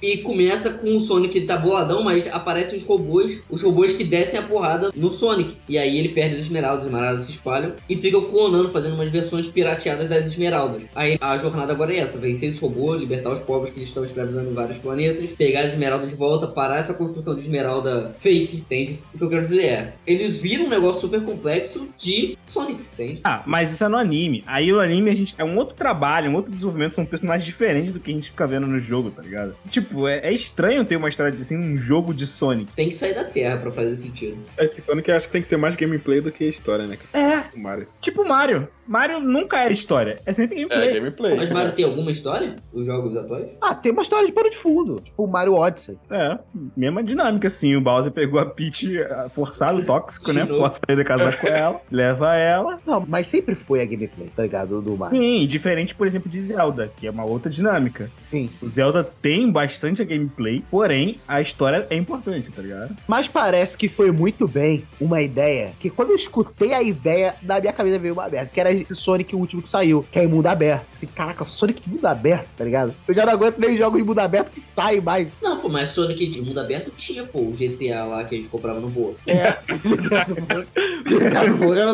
E começa com o Sonic ele tá boladão, mas aparecem os robôs, os robôs que descem a porrada no Sonic. E aí ele perde as esmeraldas, as esmeraldas se espalham e ficam clonando, fazendo umas versões pirateadas das esmeraldas. Aí a jornada agora é essa: vencer esse robô, libertar os pobres que eles estão escravizando em vários planetas, pegar as esmeraldas de volta, parar essa construção de esmeralda fake, entende? O que eu quero dizer é, eles viram um negócio super complexo de Sonic, entende?
Ah, mas isso é no anime. Aí o anime a gente é um outro trabalho, um outro desenvolvimento, são personagens diferentes do que a gente fica vendo no jogo, tá ligado? Tipo, é, é estranho ter uma história de assim, um jogo de Sonic.
Tem que sair da Terra pra fazer sentido.
É que Sonic eu acho que tem que ser mais gameplay do que história, né? cara?
É,
O Mario.
tipo Mario. Mario nunca era história, é sempre gameplay.
É, gameplay.
Mas Mario tem alguma história? Os jogos atuais?
ah, tem uma história de pano de fundo. Tipo o Mario Odyssey.
É, mesma dinâmica, assim. O Bowser pegou a Peach ah, forçado, tóxico,
De
né?
novo.
Força ele a casar com ela, leva ela.
Não, mas sempre foi a gameplay, tá ligado? Do Mario.
Sim, diferente, por exemplo, de Zelda, que é uma outra dinâmica.
Sim.
O Zelda tem bastante a gameplay, porém, a história é importante, tá ligado?
Mas parece que foi muito bem uma ideia. Que quando eu escutei a ideia, da minha cabeça veio uma merda. Que era esse Sonic o último que saiu, que é em mundo aberto. Assim, caraca, Sonic de mundo aberto, tá ligado? Eu já não aguento nem jogos de mundo aberto que saem mais.
Não, pô, mas Sonic de mundo aberto tinha, pô, o GTA lá que a gente comprava no bolo.
Eu não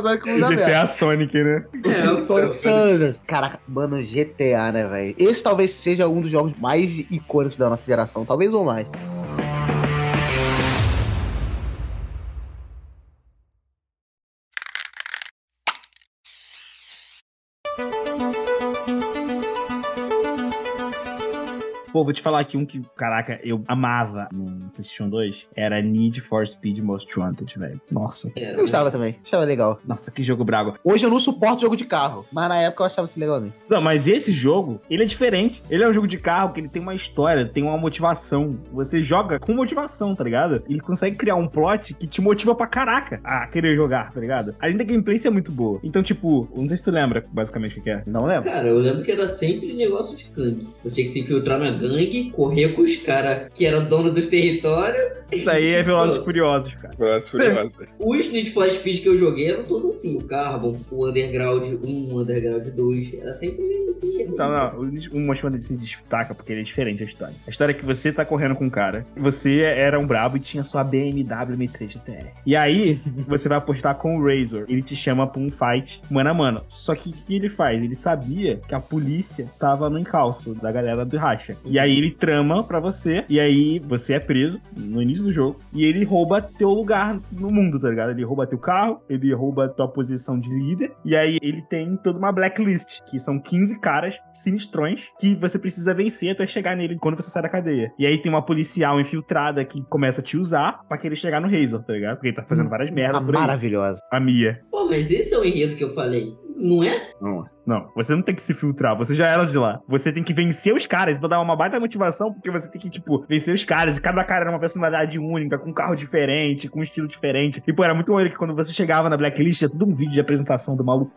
Sonic mundo aberto.
GTA Sonic, né?
É,
O Sonic
eu-
Sanders. Caraca, mano, GTA, né, velho? Esse talvez seja um dos jogos mais icônicos da nossa geração, talvez um ou mais.
Pô, vou te falar aqui um que, caraca, eu amava no PlayStation 2. Era Need for Speed Most Wanted, velho. Nossa.
né?
Eu gostava também, achava legal.
Nossa, que jogo brabo.
Hoje eu não suporto jogo de carro, mas na época eu achava isso legalzinho.
Não, mas esse jogo, ele é diferente. Ele é um jogo de carro que ele tem uma história, tem uma motivação. Você joga com motivação, tá ligado? Ele consegue criar um plot que te motiva pra caraca a querer jogar, tá ligado? Além da gameplay ser muito boa. Então, tipo, não sei se tu lembra basicamente o que que é.
Não lembro.
Cara, eu lembro que era sempre negócio de gangue. Você tinha que se infiltrar na gangue, correr com os caras que eram dono dos territórios.
Isso daí é Velozes e Furiosos, cara.
Velozes e Furiosos.
Os Need for Speed que eu joguei eram todos assim: o Carbon, o Underground 1, o Underground 2. Era sempre assim.
Então, não, o- o Moshimanda se destaca porque ele é diferente a história. A história é que você tá correndo com um cara, você era um brabo e tinha sua BMW M3 GTR. E aí, você vai apostar com o Razor. Ele te chama pra um fight mano a mano. Só que o que ele faz? Ele sabia que a polícia tava no encalço da galera do racha. E aí ele trama pra você, e aí você é preso no início do jogo, e ele rouba teu lugar no mundo, tá ligado? Ele rouba teu carro, ele rouba tua posição de líder, e aí ele tem toda uma blacklist, que são 15 caras sinistrões que você precisa vencer até chegar nele quando você sai da cadeia. E aí tem uma policial infiltrada que começa a te usar pra querer chegar no Razor, tá ligado? Porque ele tá fazendo várias merdas
Tá
por aí.
maravilhosa.
A Mia.
Pô, mas esse é o enredo que eu falei. Não é?
Não.
Não, você não tem que se filtrar, você já era de lá. Você tem que vencer os caras, pra dar uma baita motivação, porque você tem que, tipo, vencer os caras. E cada cara era uma personalidade única, com um carro diferente, com um estilo diferente. E, pô, era muito maneiro que quando você chegava na Blacklist, tinha tudo um vídeo de apresentação do maluco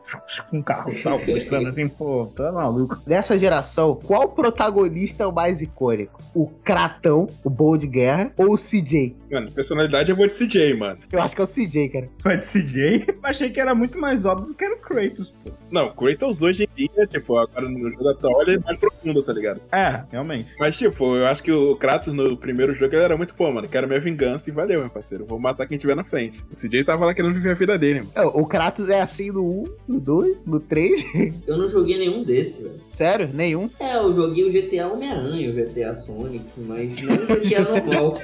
com um carro e tal, mostrando assim, pô, tá maluco.
Dessa geração, qual protagonista é o mais icônico? O Kratão, o Bold Guerra, ou o CJ?
Mano, personalidade eu vou de CJ, mano.
Eu acho que é o CJ, cara.
Foi de CJ. Achei que era muito mais óbvio que era o Kratos, pô.
Não, Kratos hoje em dia, tipo, agora no jogo atual ele é mais profundo, tá ligado?
É, realmente.
Mas, tipo, eu acho que o Kratos no primeiro jogo ele era muito, pô, mano, quero minha vingança e valeu, meu parceiro. Vou matar quem tiver na frente. O CJ tava lá querendo viver a vida dele, mano.
É, O Kratos é assim no 1, no 2, no 3.
Eu não joguei nenhum desses, velho.
Sério? Nenhum.
É, eu joguei o GTA Homem-Aranha, o GTA Sonic, mas não o GTA normal.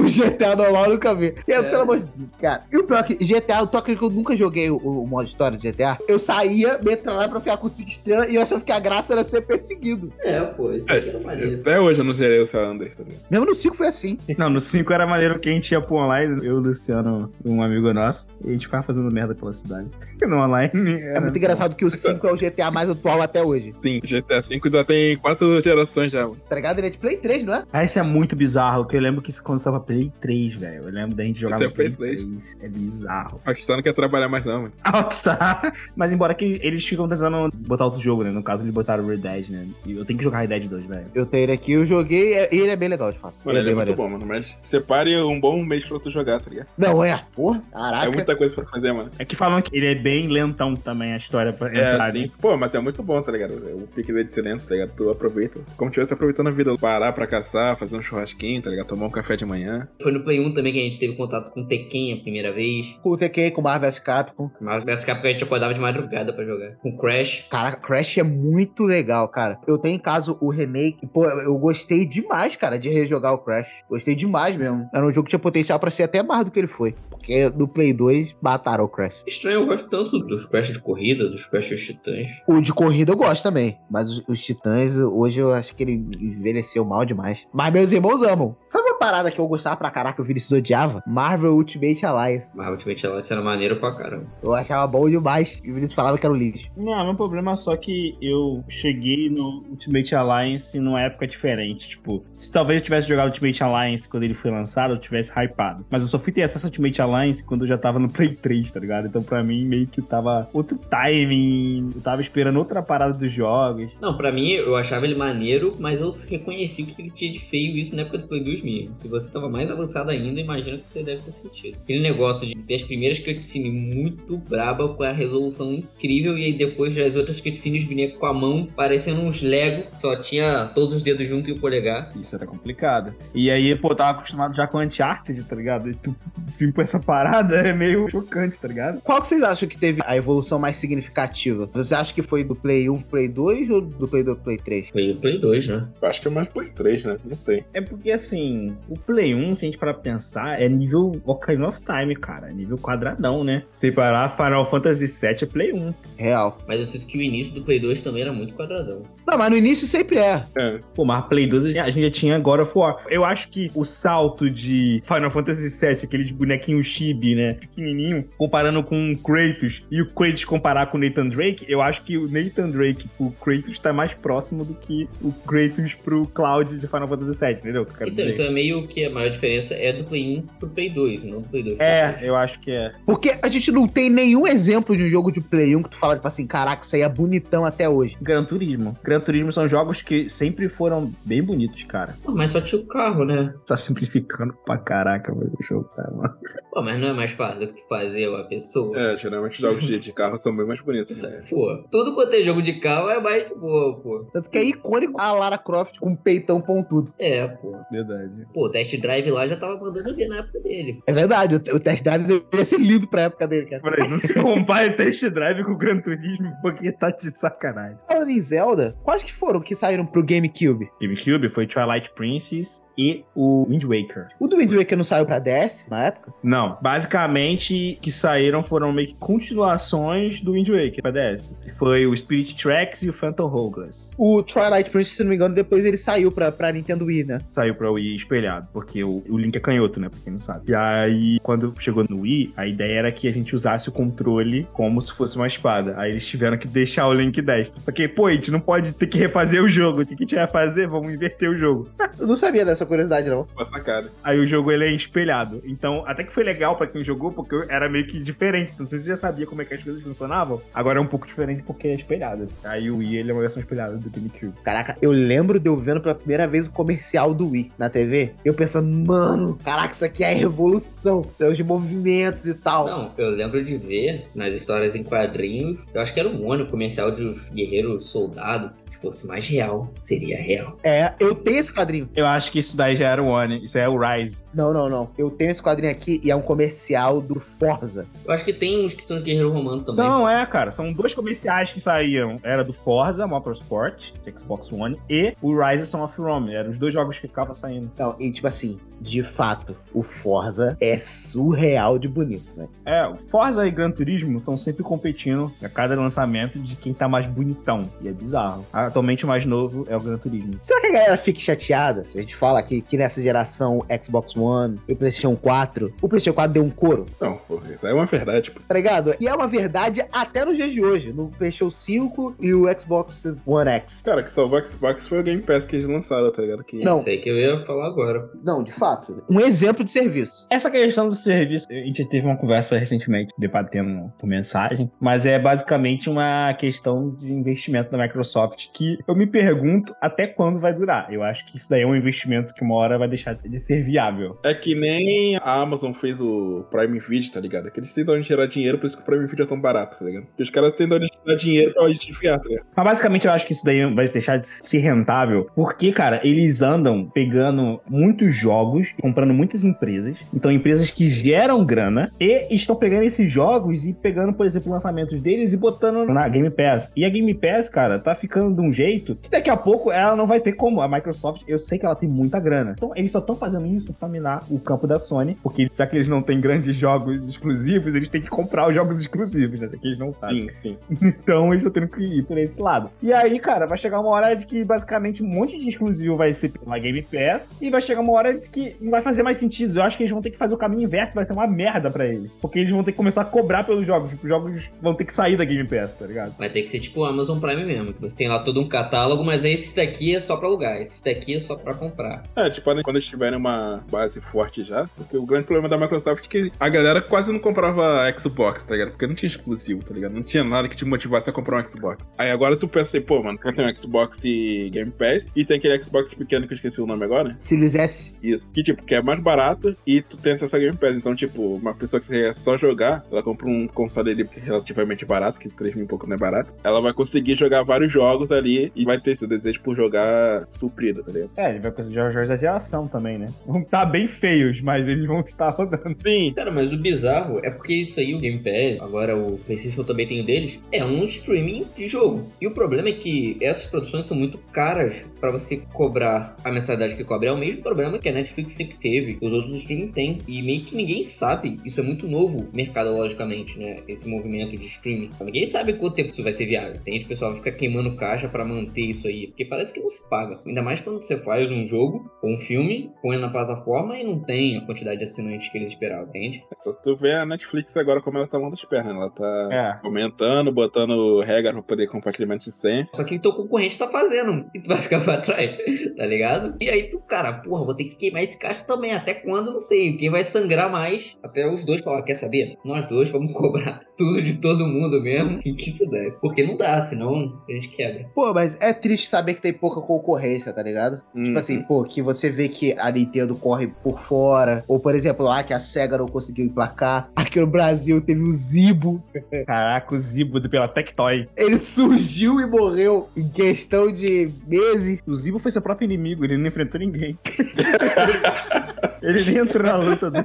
O GTA normal eu nunca vi. E eu,
É.
pelo amor de Deus, cara. E o pior é que GTA, eu tô acreditando que eu nunca joguei o, o modo história de GTA. Eu saía, metralhava pra ficar com 5 estrelas e eu achava que a graça era ser perseguido.
É, pô, isso aqui era maneiro.
Até hoje eu não zerei o San Andreas, tá ligado?
Mesmo no 5 foi assim.
Não, no 5 era maneiro que a gente ia pro online, eu, Luciano, um amigo nosso, e a gente ficava fazendo merda pela cidade. No online.
É muito engraçado que o 5 é o GTA mais atual até hoje.
Sim, GTA V ainda tem quatro gerações já, mano.
Tá ligado? Ele é de Play 3, não é?
Ah, isso é muito bizarro, porque eu lembro que isso quando tava Play 3, velho. Eu lembro da gente jogar
Isso é Play
3. É bizarro.
Pakistan não quer trabalhar mais não, mano.
A Rockstar. Mas embora que eles ficam tentando botar outro jogo, né? No caso, eles botaram Red Dead, né? E eu tenho que jogar Red Dead 2, velho.
Eu tenho ele aqui, eu joguei é- e ele é bem legal, de fato.
Mano, ele é
bem
muito bom, mano. Mas separe um bom mês pra tu jogar, tá ligado?
Não é? Porra, caraca.
É muita coisa pra fazer, mano.
É que falam que ele é bem lentão também, a história pra
É,
entrar,
assim.
né?
Pô, mas é muito bom, tá ligado? O pique dele de silêncio, tá ligado? Tu aproveita. Como tivesse aproveitando a vida. Parar pra caçar, fazer um churrasquinho, tá ligado? Tomar um café de manhã.
Foi no Play 1 também que a gente teve contato com Tekken a primeira vez.
Com o TK, com o Marvel vs Capcom.
Mas nessa época a gente acordava de madrugada pra jogar. Com Crash.
Caraca, Crash é muito legal, cara. Eu tenho em casa o remake. Pô, eu gostei demais, cara, de rejogar o Crash. Gostei demais mesmo. Era um jogo que tinha potencial pra ser até mais do que ele foi. Porque no Play 2 mataram o Crash.
Estranho, eu gosto tanto dos Crash de corrida, dos Crash dos Titãs.
O de corrida eu gosto também. Mas os, os Titãs, hoje eu acho que ele envelheceu mal demais. Mas meus irmãos amam. Sabe uma parada que eu gostava pra caraca, o Vinicius odiava? Marvel Ultimate Alliance.
Mas ultimamente ela era maneiro pra caramba.
Eu achava bom demais. E o Vinicius falava que era o lixo.
Não, meu problema é só que eu cheguei no Ultimate Alliance numa época diferente. Tipo, se talvez eu tivesse jogado Ultimate Alliance quando ele foi lançado, eu tivesse hypado. Mas eu só fui ter acesso ao Ultimate Alliance quando eu já tava no Play 3, tá ligado? Então pra mim meio que tava outro timing, eu tava esperando outra parada dos jogos.
Não, pra mim, eu achava ele maneiro, mas eu reconheci o que ele tinha de feio isso na época do Play 2000. Se você tava mais avançado ainda, imagina que você deve ter sentido. Aquele negócio de ter as primeiras cutscenes muito braba, com a resolução incrível, e aí depois as outras cutscenes vinha com a mão parecendo uns Lego, só tinha todos os dedos juntos e o polegar.
Isso era complicado. E aí, pô, eu tava acostumado já com Uncharted, tá ligado? E tu vir com essa parada é meio chocante, tá ligado?
Qual que vocês acham que teve a evolução mais significativa? Você acha que foi do Play 1 pro Play 2 ou do Play 2 pro Play 3?
Foi o Play 2, né?
Eu acho que é mais Play 3, né? Não sei.
É porque, assim, o Play 1, se a gente parar pra pensar, é nível Ocarina of Time, cara. É nível quadradão, né? Se parar, Final Fantasy VII é Play 1.
Real.
Mas eu sinto que o início do Play 2 também era muito quadradão.
Não, mas no início sempre é.
É.
Pô, mas Play 2 a gente já tinha God of War. Eu acho que o salto de Final Fantasy VII, aquele de bonequinho chibi, né? Pequenininho, comparando com o Kratos, e o Kratos comparar com o Nathan Drake, eu acho que o Nathan Drake pro Kratos tá mais próximo do que o Kratos pro Cloud de Final Fantasy VII, entendeu? o que eu quero
Então,
dizer?
então é meio que a maior diferença é do Play 1 pro Play 2, não do Play 2 pro Play
É, eu acho que é.
Porque a gente não tem nenhum exemplo de um jogo de Play 1 que tu fala, tipo assim, caraca, isso aí é bonitão até hoje.
Gran Turismo. Gran Turismo são jogos que sempre foram bem bonitos, cara.
3. Pô, mas só tinha o carro, né?
Tá simplificando pra caraca mas o jogo, tá, mano?
Pô, mas não é mais fácil do que fazer uma pessoa.
É, geralmente jogos de, de carro são bem mais bonitos, né?
Pô, tudo quanto é jogo de carro é mais de boa, pô.
Tanto que é icônico a Lara Croft com um peitão pontudo.
É, pô.
Verdade.
Pô, o test drive lá já tava mandando ver na época dele.
É verdade, o, o test drive deveria ser lindo pra época dele, cara.
Peraí, não se compare Test Drive com Gran Turismo, porque tá de sacanagem.
Falando em Zelda, quais que foram que saíram pro GameCube?
GameCube foi Twilight Princess e o Wind Waker.
O do Wind Waker não saiu pra DS na época?
Não, basicamente, que saíram foram meio que continuações do Wind Waker pra DS. Que foi o Spirit Tracks e o Phantom Hourglass.
O Twilight Princess, se não me engano, depois ele saiu pra, pra Nintendo Wii, né?
saiu pra Wii espelhado, porque o, o Link é canhoto, né? Pra quem não sabe. E aí, quando chegou no Wii, a ideia era que a gente usasse o controle como se fosse uma espada. Aí eles tiveram que deixar o link destro. Só que, pô, a gente não pode ter que refazer o jogo. O que que a gente vai fazer? Vamos inverter o jogo.
Eu não sabia dessa curiosidade, não.
Uma sacada.
Aí o jogo ele é espelhado. Então, até que foi legal pra quem jogou, porque eu- era meio que diferente. Não sei se você já sabia como é que as coisas funcionavam. Agora é um pouco diferente porque é espelhado. Aí o Wii ele é uma versão espelhada do GameCube.
Caraca, eu lembro de eu vendo pela primeira vez o comercial do Wii na TV. Eu pensando, mano, caraca, isso aqui é a revolução. Tem os movimentos e tal.
Não, eu lembro de ver nas histórias em quadrinhos, eu acho que era um ano comercial de um guerreiro soldado. Se fosse mais real, seria real.
É, eu tenho esse quadrinho.
Eu acho que isso daí já era o One. Isso é o Rise.
Não, não, não. Eu tenho esse quadrinho aqui e é um comercial do Forza.
Eu acho que tem uns que são de guerreiro romano também.
Não, é, cara. São dois comerciais que saíam. Era do Forza Motorsport, de Xbox One, e o Rise Son of Rome. Eram os dois jogos que ficavam saindo.
Não, e tipo assim, de fato, o Forza é surreal de bonito, né?
É, o Forza e Gran Turismo estão sempre competindo a cada lançamento de quem tá mais bonitão. E é bizarro. Atualmente o mais novo é o Gran Turismo.
Será que a galera fica chateada se a gente fala que, que nessa geração Xbox One e o PlayStation 4, o PlayStation 4 deu um couro?
Não, pô, isso aí é uma verdade, pô.
tá ligado? E é uma verdade até nos dias de hoje, no PlayStation 5 e o Xbox One X.
Cara, que salvou o Xbox foi o Game Pass que eles lançaram, tá ligado? Que...
Não.
Isso aí que eu ia falar agora.
Não, de fato. Um exemplo de serviço.
Essa questão do serviço, a gente teve uma conversa recentemente, debatendo por mensagem, mas é basicamente uma questão de investimento da Microsoft que eu me pergunto até quando vai durar. Eu acho que isso daí é um investimento que uma hora vai deixar de ser viável.
É que nem a Amazon fez o Prime Video, tá ligado? É que eles tentam onde tirar dinheiro, por isso que o Prime Video é tão barato, tá ligado? Porque os caras tentam onde tirar dinheiro pra justificar, tá ligado?
Mas basicamente eu acho que isso daí vai deixar de ser rentável, porque, cara, eles andam pegando muitos jogos, comprando muitas empresas, então empresas que geram grana, e estão pegando esses jogos e pegando, por exemplo, lançamentos deles e botando na Game Pass. E a Game Pass, cara, tá ficando de um jeito que daqui a pouco ela não vai ter como. A Microsoft, eu sei que ela tem muita grana. Então eles só estão fazendo isso pra minar o campo da Sony, porque já que eles não têm grandes jogos exclusivos, eles têm que comprar os jogos exclusivos, né? Que eles não fazem.
Sim, sim.
Então eles estão tendo que ir por esse lado. E aí, cara, vai chegar uma hora de que basicamente um monte de exclusivo vai ser pela Game Pass. E vai chegar uma hora de que não vai fazer mais sentido. Eu acho que eles vão ter que fazer o caminho inverso, vai ser uma merda pra eles. Porque eles vão ter que começar a cobrar pelos jogos. Tipo, os jogos vão ter que sair da Game Pass, tá ligado?
Vai ter que ser tipo o Amazon Prime mesmo. que Você tem lá todo um catálogo, mas aí esses daqui é só pra alugar, esses daqui é só pra comprar.
É, tipo, quando eles tiverem uma base forte já, porque o grande problema da Microsoft é que a galera quase não comprava Xbox, tá ligado? Porque não tinha exclusivo, tá ligado? Não tinha nada que te motivasse a comprar um Xbox. Aí agora tu pensa assim, pô, mano, eu tenho um Xbox e Game Pass, e tem aquele Xbox pequeno que eu esqueci o nome agora.
Se eles S.
Isso. Que, tipo, que é mais barato e tu tem acesso a Game Pass. Então, tipo, uma pessoa que quer só jogar, ela compra um console ali relativamente barato, que 3 mil e pouco não é barato, ela vai conseguir jogar vários jogos ali e vai ter esse desejo por jogar suprido, tá ligado?
É, ele vai conseguir os jogos da geração também, né? Vão estar bem feios, mas eles vão estar rodando.
Sim.
Cara, mas o bizarro é porque isso aí, o Game Pass, agora o PlayStation também tem o deles, é um streaming de jogo. E o problema é que essas produções são muito caras pra você cobrar a mensalidade que cobra. É o mesmo problema que a Netflix sempre teve, os outros streaming têm. E meio que ninguém sabe, isso é muito novo mercadologicamente, né? Esse movimento de streaming. Ninguém sabe quanto tempo isso vai ser viável. Tem gente, que o pessoal, fica queimando caixa pra manter isso aí. Porque parece que não se paga. Ainda mais quando você faz um jogo ou um filme, põe na plataforma e não tem a quantidade de assinantes que eles esperavam, entende?
É Só tu vê a Netflix agora como ela tá mão das pernas. Ela tá
É.
aumentando, botando regra pra poder compartilhamento de
Tipo
senha.
Só que o teu concorrente tá fazendo e tu vai ficar pra trás, tá ligado? E aí tu, cara, porra, vou ter que queimar esse caixa também. Até quando, não sei. Quem vai sangrar mais? Até os dois falar, quer saber? Nós dois vamos cobrar tudo de todo mundo mesmo. E que se der. Porque não dá, senão a gente quebra.
Pô, mas é triste saber que tem pouca concorrência, tá ligado?
Hum,
Tipo assim, pô, que você vê que a Nintendo corre por fora. Ou, por exemplo, lá que a SEGA não conseguiu emplacar. Aqui no Brasil teve o Zibo.
Caraca, o Zibo do- pela Tectoy.
Ele surgiu e morreu em questão de meses.
O Zibo foi seu próprio inimigo, ele não enfrentou ninguém. ele nem entrou na luta do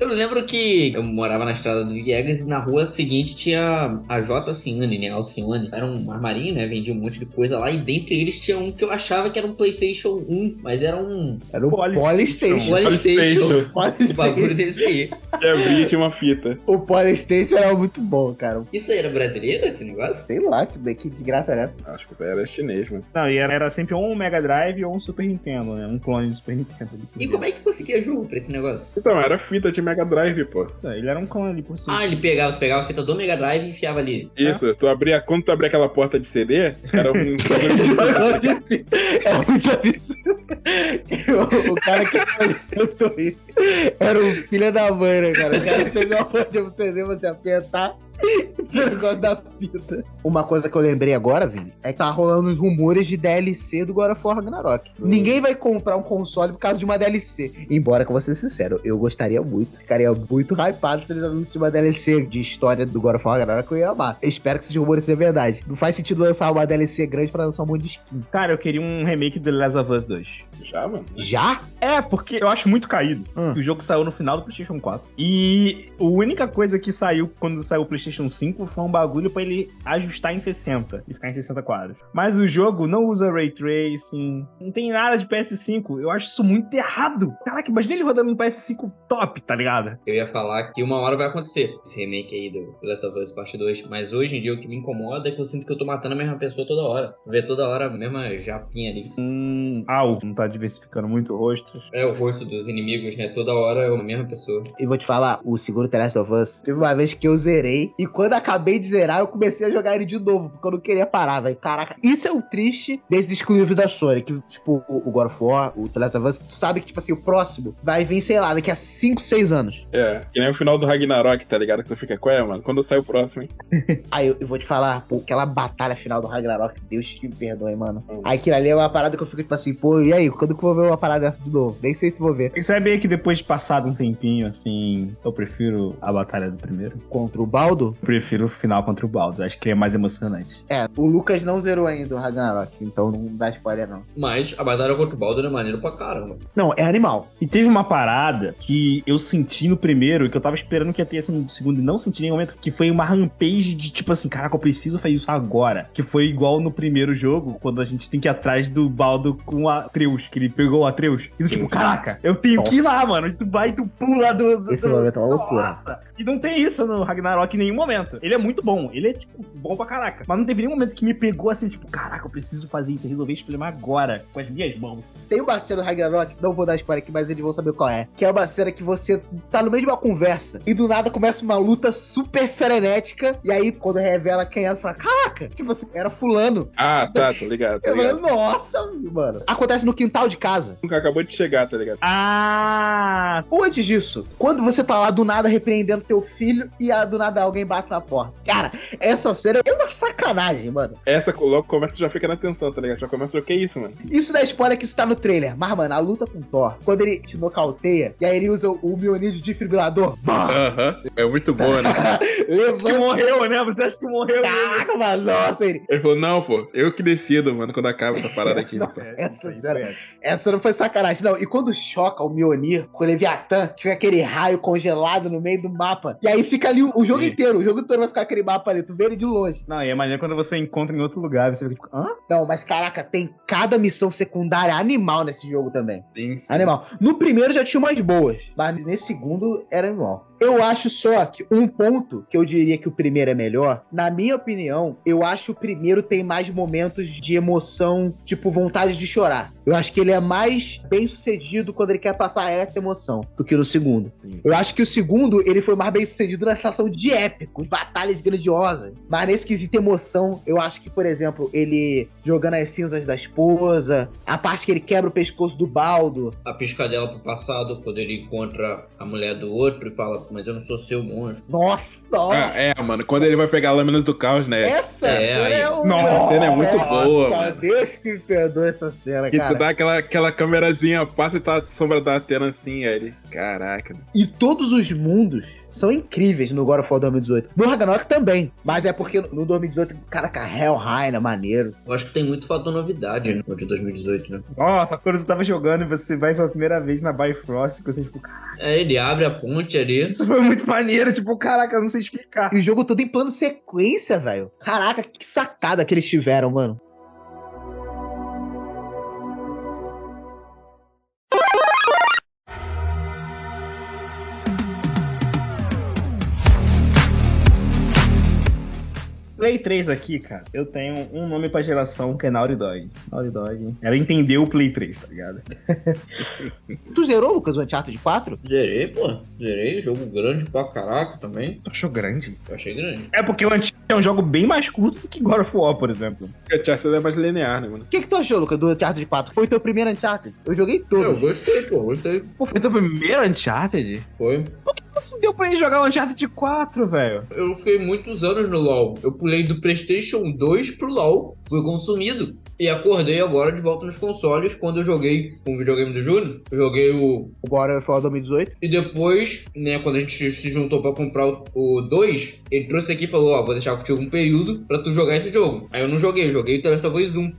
Eu lembro que eu morava na estrada do Viegas e na rua seguinte tinha a J. Ciane, né? Alcione. Era um armarinho, né? Vendia um monte de coisa lá. E dentre eles tinha um que eu achava que era um PlayStation 1, mas era um.
Era o
Polystation.
Polystation.
PlayStation.
um PlayStation.
O bagulho desse aí.
É vídeo e uma fita.
O Polystation era muito bom, cara.
Isso aí era brasileiro, esse negócio?
Sei lá, que, que desgraça era essa.
Acho que isso aí era chinês, mano.
Não, e era, era sempre ou um Mega Drive ou um Super Nintendo, né? Um clone do Super Nintendo.
E como é que conseguia jogo pra esse negócio?
Então, era fita de Mega Drive, pô.
Ele era um clone ali por cima.
Ah, ele pegava, tu pegava a fita do Mega Drive e enfiava ali.
Isso, tu abria, quando tu abria aquela porta de CD, era um programa de
Devagar difícil. É muito absurdo. O, o cara que eu tô rindo era o filho da mãe, né, cara? O cara fez uma coisa de você ver você apertar e o negócio da fita. Uma coisa que eu lembrei agora, Vini, é que tá rolando os rumores de DLC do God of War Ragnarok. Ninguém vai comprar um console por causa de uma DLC. Embora, que eu vou ser sincero, eu gostaria muito, ficaria muito hypado se eles anunciassem uma DLC de história do God of War Ragnarok, eu ia amar. Eu espero que um esses rumores sejam verdade. Não faz sentido lançar uma DLC grande pra lançar um monte de skin.
Cara, eu queria um remake do The Last of Us 2.
Já, mano.
Já?
É, porque eu acho muito caído
Hum.
que o jogo saiu no final do PlayStation 4. E a única coisa que saiu quando saiu o PlayStation 5 foi um bagulho pra ele ajustar em 60 e ficar em 60 quadros. Mas o jogo não usa ray tracing, não tem nada de PS5. Eu acho isso muito errado. Caraca, imagina ele rodando um no PS5 top, tá ligado?
Eu ia falar que uma hora vai acontecer esse remake aí do The Last of Us Parte 2. Mas hoje em dia o que me incomoda é que eu sinto que eu tô matando a mesma pessoa toda hora. Ver toda hora a mesma japinha ali.
Hum, au, não tá diversificando muito rostos.
É o rosto dos inimigos, né? Toda hora é a mesma pessoa.
E vou te falar, o segundo The Last of Us, teve uma vez que eu zerei, e quando acabei de zerar, eu comecei a jogar ele de novo, porque eu não queria parar, velho. Caraca, isso é o triste desses exclusivo da Sony, que, tipo, o o God of War, o The Last of Us, tu sabe que, tipo assim, o próximo vai vir, sei lá, daqui a 5, 6 anos.
É, que nem o final do Ragnarok, tá ligado? Que tu fica, qual é, mano? Quando sai o próximo, hein?
Aí eu, eu vou te falar, pô, aquela batalha final do Ragnarok, Deus te perdoe, mano.
Hum.
Aí aquilo ali é uma parada que eu fico, tipo assim, pô, e aí, quando que eu vou ver uma parada dessa de novo? Nem sei se vou ver.
Sabe é que depois de passado um tempinho, assim, eu prefiro a batalha do primeiro.
Contra o Baldo,
Eu prefiro o final contra o Baldo. Acho que ele é mais emocionante.
é, o Lucas não zerou ainda o Ragnarok, então não dá spoiler, não.
Mas a batalha contra o Baldur é maneiro pra caramba.
Não, é animal.
E teve uma parada que eu senti no primeiro, que eu tava esperando que ia ter assim no segundo, e não senti em nenhum momento, que foi uma rampage de tipo assim, caraca, eu preciso fazer isso agora. Que foi igual no primeiro jogo, quando a gente tem que ir atrás do Baldo com o Atreus, que ele pegou o Atreus. E eu, tipo,
Sim.
caraca, eu tenho que ir lá, mano. E tu vai, tu pula do. do-
Esse
do-
momento é uma loucura.
Nossa! E não tem isso no Ragnarok em nenhum momento. Ele é muito bom. Ele é, tipo, bom pra caraca. Mas não teve nenhum momento que me pegou assim, tipo, caraca, eu preciso fazer isso, resolver esse problema agora, com as minhas mãos.
ah, Tem uma cena do Ragnarok, não vou dar spoiler aqui, mas eles vão saber qual é. Que é uma cena que você tá no meio de uma conversa e do nada começa uma luta super frenética. E aí, quando revela quem é, tu fala: Caraca, tipo assim, era fulano.
Ah, tá, tô ligado, tá
Eu falei,
ligado.
nossa, mano. Acontece no quintal de casa.
Nunca acabou de chegar, tá ligado?
Ah,
Ou antes disso, quando você tá lá do nada repreendendo teu filho e ah, do nada alguém bate na porta. Cara, essa cena é uma sacanagem, mano.
Essa logo começa, tu já fica na tensão, tá ligado? Já começa, o que é isso, mano?
Isso dá spoiler que isso tá no trailer. Mas, mano, a luta com o Thor, quando ele te nocauteia, e aí ele usa o Mionir de defibrilador. Bah!
Aham, é muito boa, né?
Levanta
que morreu, né? Você acha que morreu?
Caraca, mano, nossa, ele.
Ele falou, não, pô, eu que decido, mano, quando acaba essa parada aqui.
Nossa,
É,
Então.
Tá. essa, cena- essa não foi sacanagem, não. E quando choca o Mionir com o Leviatã, que fica aquele raio congelado no meio do mapa. E aí fica ali o, o jogo
Sim.
inteiro. O jogo inteiro vai ficar aquele mapa ali. Tu vê ele de longe.
Não, e é maneiro quando você encontra em outro lugar, você fica tipo, hã?
Não, mas caraca, tem cada missão secundária animal nesse jogo também.
Sim, sim.
Animal. No primeiro já tinha umas boas, mas nesse segundo era animal. Eu acho só que um ponto que eu diria que o primeiro é melhor, na minha opinião, eu acho que o primeiro tem mais momentos de emoção, tipo vontade de chorar. Eu acho que ele é mais bem sucedido quando ele quer passar essa emoção do que no segundo.
Sim.
Eu acho que o segundo, ele foi mais bem sucedido nessa ação de épico, de batalhas grandiosas. Mas nesse quesito emoção, eu acho que, por exemplo, ele jogando as cinzas da esposa, a parte que ele quebra o pescoço do baldo,
A piscadela pro passado, quando ele encontra a mulher do outro e fala, mas eu não sou seu monstro.
Nossa,
Ah,
nossa.
é, mano, quando ele vai pegar a lâmina do caos, né?
Essa
É,
cena
aí.
é o.
Nossa,
Essa cena é muito
Nossa,
boa, mano.
Deus que me perdoa essa cena,
Que
cara.
tu dá aquela, aquela câmerazinha, passa e tá a sombra da Atena assim, aí ele. Caraca,
E todos os mundos são incríveis no God of War 2018. No Ragnarok também. Mas é porque no 2018, caraca, Hellheim é maneiro.
Eu acho que tem muito fator novidade no de 2018, né?
Nossa, quando tu tava jogando e você vai pela primeira vez na Bifrost, você tipo, cara,
É, ele abre a ponte ali.
isso foi muito maneiro, tipo, caraca, eu não sei explicar.
E o jogo todo em plano sequência, velho. Caraca, que sacada que eles tiveram, mano.
Play 3 aqui, cara, eu tenho um nome pra geração que é Naughty Dog. Naughty Dog, hein? Ela entendeu o Play 3, tá ligado?
Tu zerou, Lucas, o Uncharted 4?
Zerei, pô. Zerei. Jogo grande pra caraca também.
Tu achou grande?
Eu achei grande.
É porque o Antigo é um jogo bem mais curto do que God of War, por exemplo.
Porque a Chester é mais linear, né, mano?
O que, que tu achou, Lucas, do Uncharted 4? Foi o teu primeiro Uncharted? Eu joguei
Eu
todo.
gostei, pô. Gostei.
Pô, foi teu primeiro Uncharted?
Foi.
Nossa, deu pra ele jogar o Uncharted 4, velho.
Eu fiquei muitos anos no LoL. Eu pulei do PlayStation 2 pro LoL. Fui consumido. E acordei agora de volta nos consoles quando eu joguei um videogame do Júnior. Eu joguei o.
Agora foi o 2018.
E depois, né, quando a gente se juntou pra comprar o- o 2, ele trouxe aqui e falou: Ó, vou deixar contigo um período pra tu jogar esse jogo. Aí eu não joguei, joguei o The Last of Us 1.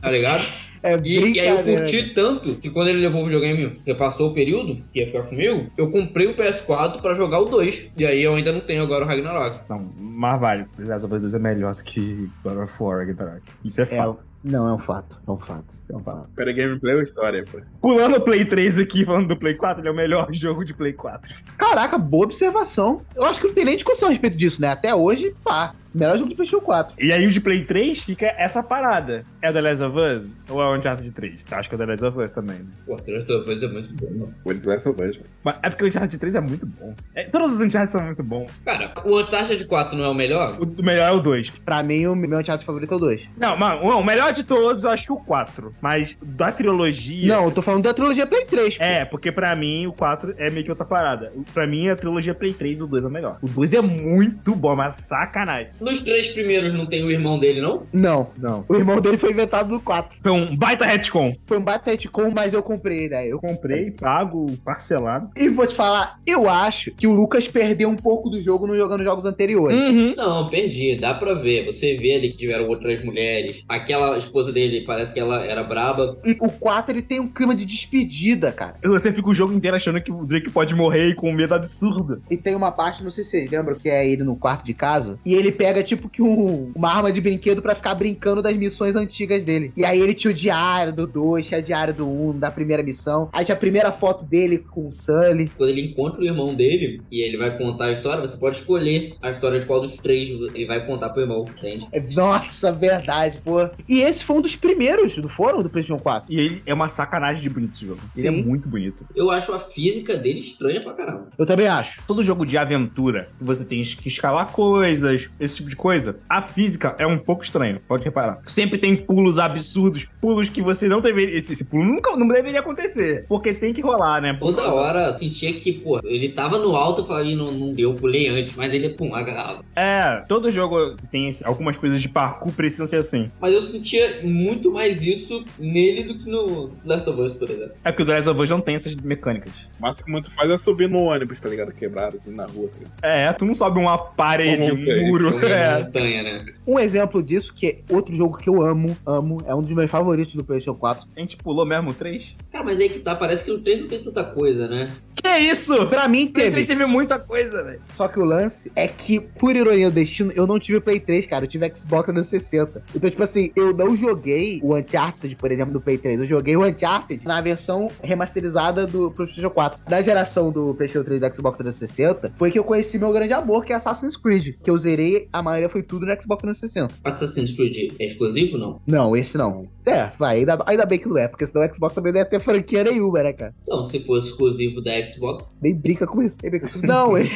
tá ligado?
É
E, e aí eu
brincadeira.
curti tanto que quando ele levou o videogame, que passou o período, que ia ficar comigo, eu comprei o PS4 pra jogar o 2. E aí eu ainda não tenho agora o Ragnarok.
Não, mas vale. Aliás, of Us 2 é melhor do que God of War, Ragnarok. Isso é
É,
fato.
não, é um fato. É um fato.
Isso é um fato.
Pera, gameplay ou história, pô?
Pulando o Play 3 aqui, falando do Play 4, ele é o melhor jogo de Play 4.
Caraca, boa observação. Eu acho que não tem nem discussão a respeito disso, né? Até hoje, pá. Melhor jogo do PlayStation 4.
E aí o de Play 3 fica essa parada. É o The Last of Us ou é o Uncharted 3? Acho que é o The Last of Us também, né?
Pô, The Last of Us é muito bom, mano.
O The Last of Us, mano.
Mas é porque o Uncharted 3 é muito bom. É, todos os Uncharted são muito bons.
Cara, o Uncharted 4 não é o melhor?
O, o melhor é o 2.
Pra mim, o meu teatro favorito é o 2.
Não, mano, o- o melhor de todos eu acho que o 4. Mas da trilogia...
Não, eu tô falando da trilogia Play 3. pô.
É, porque pra mim o 4 é meio que outra parada. O- Pra mim a trilogia Play 3 do 2 é o melhor. O 2 é muito bom, mas sacanagem.
Nos três primeiros não tem o irmão dele, não?
Não.
Não.
O irmão dele foi inventado no 4.
Foi um baita retcon.
Foi um com, mas eu comprei a ideia. Eu...
Comprei, pago, parcelado.
E vou te falar, eu acho que o Lucas perdeu um pouco do jogo no jogando jogos anteriores.
Uhum.
Não, perdi, dá pra ver. Você vê ali que tiveram outras mulheres. Aquela esposa dele parece que ela era braba.
E o 4, ele tem um clima de despedida, cara.
Você fica o jogo inteiro achando que o Drake pode morrer e com medo absurdo.
E tem uma parte, não sei se vocês lembram, que é ele no quarto de casa. E ele pega, tipo, que um- uma arma de brinquedo pra ficar brincando das missões antigas dele. E aí ele tinha o diário do 2, tinha o diário do 1, um, da primeira missão. Aí tinha a primeira foto dele com o Sully.
Quando ele encontra o irmão dele e ele vai contar a história, você pode escolher a história de qual dos três ele vai contar pro irmão, entende?
É, Nossa, verdade, pô. E esse foi um dos primeiros, não foram? Do PlayStation 4.
E ele é uma sacanagem de bonito esse jogo. Ele
Sim.
é muito bonito.
Eu acho a física dele estranha pra caramba.
Eu também acho.
Todo jogo de aventura, que você tem que escalar coisas, esse tipo de coisa, a física é um pouco estranha, pode reparar. Sempre tem pulos absurdos, pulos que você não deveria. Esse, esse pulo nunca não deveria acontecer. Porque tem que rolar, né?
Toda hora eu sentia que, pô, ele tava no alto, eu falei, não, não eu pulei antes, mas ele, pum, agarrava.
É, todo jogo tem esse- algumas coisas de parkour precisam ser assim.
Mas eu sentia muito mais isso nele do que no Last of Us, por exemplo.
É porque o The Last of Us não tem essas mecânicas.
O máximo que muito faz é subir no ônibus, tá ligado? Quebrado, assim, na rua, tá ligado?
É, tu não sobe uma parede,
Montanha.
um muro.
É.
É.
montanha, né?
Um exemplo disso, que é outro jogo que eu amo, amo, é um dos meus favoritos do PlayStation 4.
A gente pulou mesmo o 3?
Cara, mas aí que tá, parece que no 3 não tem tanta coisa, né?
Que isso?
Pra mim
O Play 3
teve.
teve muita coisa, velho.
Só que o lance é que, por ironia do destino, eu não tive Play 3, cara. Eu tive Xbox no 60. Então, tipo assim, eu não joguei o Uncharted, por exemplo, do Play 3. Eu joguei o Uncharted na versão remasterizada do pro PlayStation 4. Da geração do PlayStation 3 e do Xbox 360, foi que eu conheci meu grande amor, que é Assassin's Creed. Que eu zerei, a maioria foi tudo no Xbox 360.
Assassin's Creed é exclusivo, não?
Não, esse não. É, vai, ainda, ainda bem que não é, porque senão o Xbox também não ia ter franquia nenhuma, né, cara?
Então, se fosse exclusivo da Xbox,
Nem brinca com isso. Nem brinca com isso. Não, é. ele-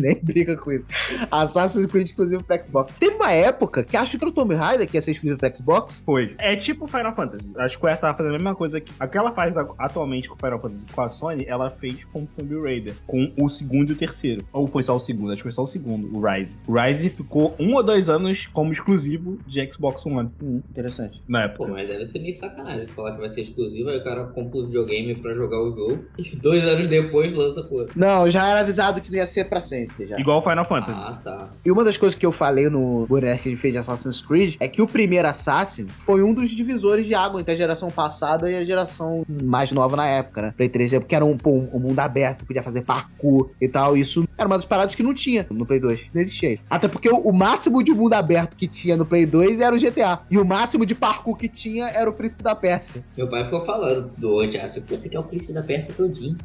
nem brinca com isso. Assassin's Creed exclusivo pra Xbox. Teve uma época que acho que era o Tomb Raider que ia ser exclusivo pra Xbox.
Foi. É tipo Final Fantasy. A Square tava fazendo a mesma coisa que. Aquela faz da- atualmente com Final Fantasy com a Sony, ela fez com Tomb Raider. Com o segundo e o terceiro. Ou foi só o segundo? Acho que foi só o segundo, o Rise. O Rise ficou um ou dois anos como exclusivo de Xbox One.
Hum, interessante.
Na
pô,
época.
mas deve ser meio sacanagem falar que vai ser exclusivo, aí o cara compra o videogame pra jogar o jogo e dois anos depois lança a coisa.
Não, já era avisado que não ia ser pra sempre. Já.
Igual Final Fantasy.
é. Ah, tá.
E uma das coisas que eu falei no boneco que a gente fez de Assassin's Creed é que o primeiro Assassin foi um dos divisores de água entre a geração passada e a geração mais nova na época, né? Play 3, é porque era um, pô, um mundo aberto, podia fazer parkour e tal. Isso era uma das paradas que não tinha no Play 2. Não existia. Até porque o, o máximo de mundo aberto que tinha no Play 2 era o GTA. E o máximo de parkour que tinha era o Príncipe da Pérsia.
Meu pai ficou falando do do Antiastro. Pô, você quer o príncipe da peça todinho.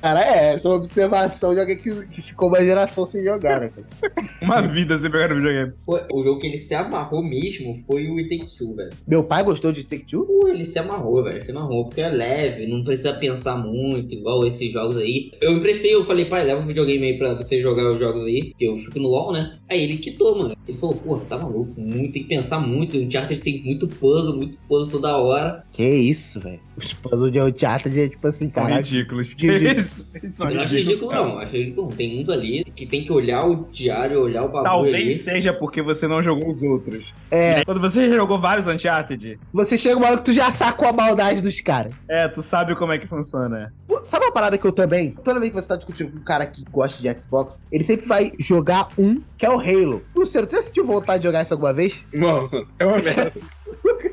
Cara, é, essa é uma observação de alguém que, que ficou uma geração sem jogar, né, cara?
Uma vida sem pegar no videogame.
Foi- o jogo que ele se amarrou mesmo foi o It Takes Two, velho.
Meu pai gostou de Take Two?
Pô, ele se amarrou, velho. Se amarrou, porque é leve, não precisa pensar muito, igual esses jogos aí. Eu emprestei, eu falei, pai, leva o videogame aí pra você jogar os jogos aí, que eu fico no LOL, né? Aí ele quitou, mano. Ele falou, porra, tá maluco, muito, tem que pensar muito. O Uncharted tem muito puzzle, muito puzzle toda hora.
Que isso, velho. Os puzzles de Uncharted é tipo assim,
São
cara.
ridículos. Que
Que ridículo.
isso? é Eles são
Eu não acho
ridículos,
ridículo,
cara.
não. Acho ridículo, não. Tem uns ali que tem que olhar o diário, olhar o bagulho ali.
Talvez seja porque você não jogou os outros.
É.
Quando você jogou vários Uncharted,
Você chega uma hora que tu já sacou a maldade dos caras.
é, tu sabe como é que funciona.
Pô, Sabe uma parada que eu também? Toda vez que você tá discutindo com um cara que gosta de Xbox, ele sempre vai jogar um, que é o Halo. Luciano, tu já sentiu vontade tipo de jogar isso alguma vez?
Mano, é uma merda. Eu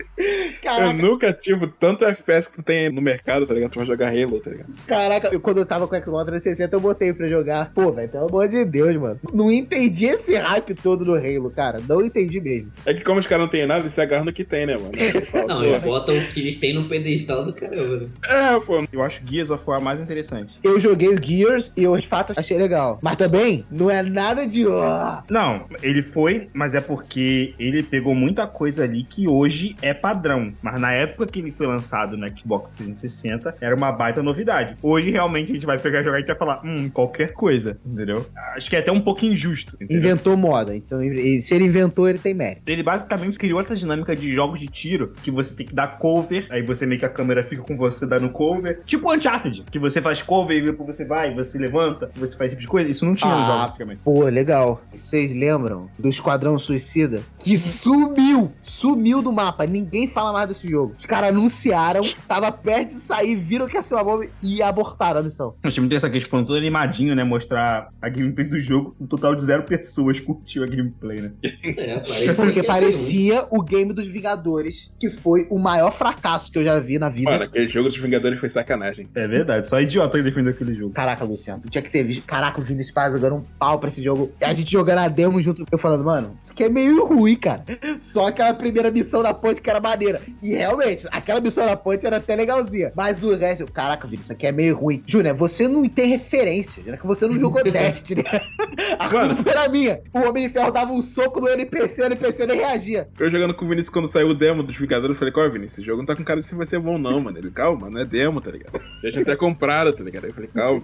Caraca,
nunca tive tanto FPS que tu tem no mercado, tá ligado? Tu vai jogar Halo, tá ligado?
caraca. Eu, quando eu tava com o Xbox 360, eu botei pra jogar. Pô, velho, pelo amor de Deus, mano. Não entendi esse hype todo do Halo, cara. Não entendi mesmo.
É que como os caras não têm nada, eles se agarram no que tem, né, mano? Eu falo,
Não,
pô,
né?
eles botam o que eles têm no pedestal do caramba. né?
É, pô.
Eu acho Gears of War mais interessante.
Eu joguei o Gears e eu, de fato, achei legal. Mas também, não é nada de... ó.
Não, ele foi, mas é porque ele pegou muita coisa ali que hoje é padrão. Mas na época que ele foi lançado no Xbox 360, era uma baita novidade. Hoje, realmente, a gente vai pegar e jogar e a gente vai falar, hum, qualquer coisa, entendeu? Acho que é até um pouco injusto, entendeu?
Inventou moda. Então, e- e se ele inventou, ele tem mérito.
Ele basicamente criou essa dinâmica de jogos de tiro que você tem que dar cover, aí você meio que a câmera fica com você dando cover. Tipo Uncharted, que você faz cover e depois você vai, você levanta, você faz esse tipo de coisa. Isso não tinha no
Ah,
jogo, praticamente.
Pô, legal. Vocês lembram do Esquadrão Suicida? Que sumiu! Sumiu do mapa. Ninguém fala mais desse jogo. Os caras anunciaram, tava perto de sair, viram que ia ser uma bomba e abortaram a missão.
Eu achei muito interessante que eles foram tudo animadinho, né? Mostrar a gameplay do jogo. Um total de zero pessoas curtiu a gameplay, né?
É, parece
Porque
que-
parecia o game dos Vingadores, que foi o maior fracasso que eu já vi na vida.
Mano, aquele jogo dos Vingadores foi sacanagem.
É verdade, só idiota que defendeu aquele jogo.
Caraca, Luciano, tu tinha que ter visto. Caraca, o Vinícius Paz jogando um pau pra esse jogo. A gente jogando a demo junto. Eu falando, mano, isso aqui é meio ruim, cara. Só aquela primeira missão da ponte que era maneira. E realmente, aquela missão da ponte era até legalzinha. Mas o resto, eu, caraca, Vinícius, isso aqui é meio ruim. Júnior, você não tem referência. Júnior, que você não jogou Destiny. A
Mano.
culpa era minha. O Homem de Ferro dava um soco no NPC, o NPC nem reagia.
Eu jogando com o Vinícius quando saiu o demo dos Vingadores, eu falei, qual é, Vinícius? Esse jogo não tá com cara de se vai ser bom, não, mano. Ele, calma, não é demo, tá ligado? Já tinha até comprado, tá ligado? Aí eu falei, calma.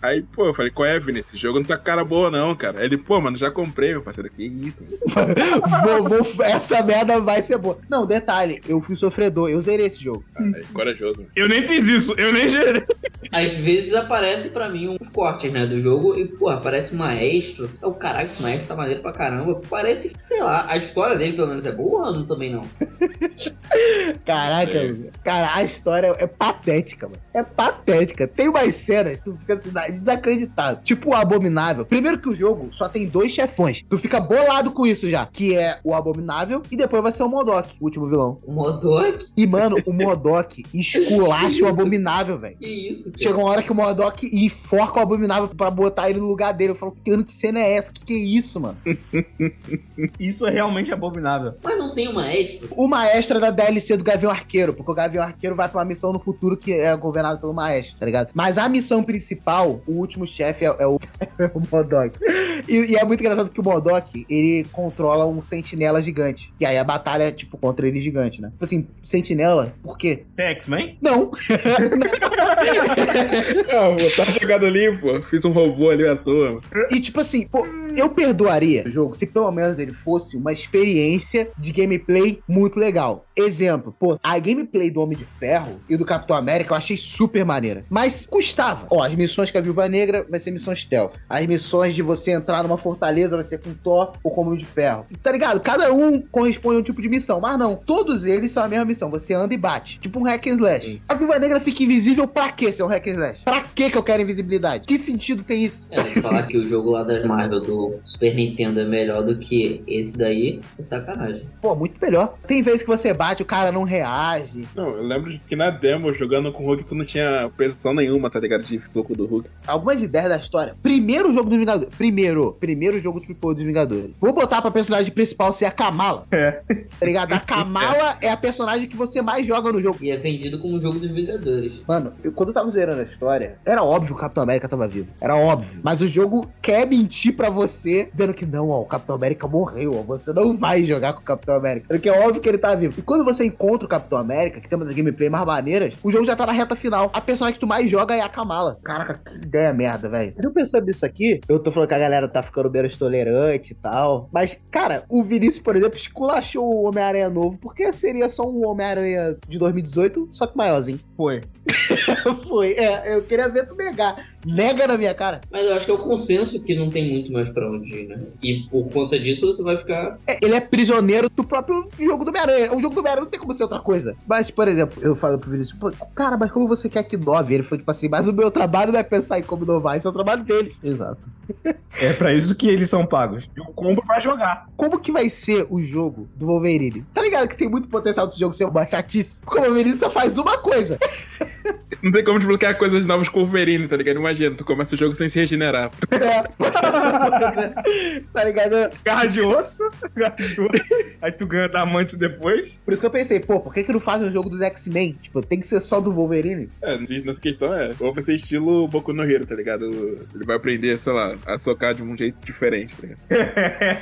Aí, pô, eu falei, qual é, Vinícius? Esse jogo não tá com cara boa, não, cara. Aí ele, pô, mano, já comprei, meu parceiro. Que isso, mano.
Vou- vou- essa merda vai ser boa. Não, detalhe, eu fui sofredor, eu zerei esse jogo.
Cara, é corajoso, mano.
Eu nem fiz isso, eu nem gerei.
Às vezes aparece pra mim uns cortes, né, do jogo e, pô, aparece um maestro. É o caralho, esse maestro tá maneiro pra caramba. Parece que, sei lá, a história dele pelo menos é boa ou não também não?
Caraca,
É.
mano. cara, a história é patética, mano. É patética. Tem umas cenas, tu fica assim, desacreditado. Tipo o Abominável. Primeiro que o jogo só tem dois chefões. Tu fica bolado com isso já. Que é o Abominável e depois vai ser o Modok, o último vilão.
O Modok?
E, mano, o Modok esculacha o Abominável, velho.
Que isso? cara?
Chega uma hora que o Modok enforca o Abominável pra botar ele no lugar dele. Eu falo, que ano que cena é essa? Que que é isso, mano?
Isso é realmente abominável.
Mas não tem um maestro?
O maestro é da DLC do Gavião Arqueiro, porque o Gavião Arqueiro vai pra uma missão no futuro que é governado pelo maestro, tá ligado? Mas a missão principal, o último chefe é, é o, é o Modok. E, e é muito engraçado que o Modok, ele controla um sentinela gigante. E aí a batalha é, tipo, contra ele gigante, né? Tipo assim, sentinela, por quê?
Tem X-Men?
Não!
Ah, pô, tava jogado ali, pô. Fiz um robô ali à toa, mano.
E tipo assim, pô, eu perdoaria o jogo se pelo menos ele fosse uma experiência de gameplay muito legal. Exemplo, pô, a gameplay do Homem de Ferro e do Capitão América eu achei super maneira. Mas custava. Ó, as missões que a Viúva Negra vai ser missão stealth. As missões de você entrar numa fortaleza vai ser com Thor ou com o Homem de Ferro. Tá ligado? Cada um corresponde a um tipo de missão. Mas não, todos eles são a mesma missão. Você anda e bate. Tipo um hack and slash. A Viúva Negra fica invisível pra quê, seu hack and slash? Pra quê que eu quero invisibilidade? Que sentido tem isso?
É, falar que o jogo lá das Marvel do o Super Nintendo é melhor do que esse daí, é sacanagem.
Pô, muito melhor. Tem vezes que você bate, o cara não reage.
Não, eu lembro que na demo, jogando com o Hulk, tu não tinha precisão nenhuma, tá ligado? De soco do Hulk.
Algumas ideias da história. Primeiro jogo dos Vingadores. Primeiro. Primeiro jogo tipo dos Vingadores. Vou botar pra personagem principal ser a Kamala.
É.
Tá ligado? A Kamala é a personagem que você mais joga no jogo.
E é vendido como o jogo dos Vingadores.
Mano, eu- quando eu tava zerando a história, era óbvio que o Capitão América tava vivo. Era óbvio. Mas o jogo quer mentir pra você, dizendo que não, ó, o Capitão América morreu, ó, você não vai jogar com o Capitão América. Porque é óbvio que ele tá vivo. E quando você encontra o Capitão América, que tem uma das gameplay mais maneiras, o jogo já tá na reta final. A personagem que tu mais joga é a Kamala. Caraca, que ideia merda, velho. Se eu pensando nisso aqui, eu tô falando que a galera tá ficando menos tolerante e tal. Mas, cara, o Vinícius, por exemplo, esculachou o Homem-Aranha novo, porque seria só um Homem-Aranha de 2018, só que maiorzinho.
Foi.
Foi, é, eu queria ver tu negar. Nega na minha cara.
Mas eu acho que é o consenso que não tem muito mais pra onde ir, né? E por conta disso você vai ficar.
É, ele é prisioneiro do próprio jogo do Homem-Aranha. O jogo do Homem-Aranha não tem como ser outra coisa. Mas, por exemplo, eu falo pro Vinícius, pô, cara, mas como você quer que inove? Ele falou, tipo assim, mas o meu trabalho não é pensar em como inovar, isso é o trabalho dele.
Exato. É pra isso que eles são pagos. Eu compro pra jogar.
Como que vai ser o jogo do Wolverine? Tá ligado que tem muito potencial desse jogo ser uma chatice? Porque o Wolverine só faz uma coisa.
Não tem como desbloquear coisas novas com o Wolverine, tá ligado? Imagina, tu começa o jogo sem se regenerar.
É. tá ligado?
Garra de osso, garra de osso. Aí tu ganha diamante depois.
Por isso que eu pensei, pô, por que que não fazem um jogo dos X-Men? Tipo, tem que ser só do Wolverine?
É, nessa questão é. Ou vai ser estilo Boku no Hero, tá ligado? Ele vai aprender, sei lá, a socar de um jeito diferente, tá ligado?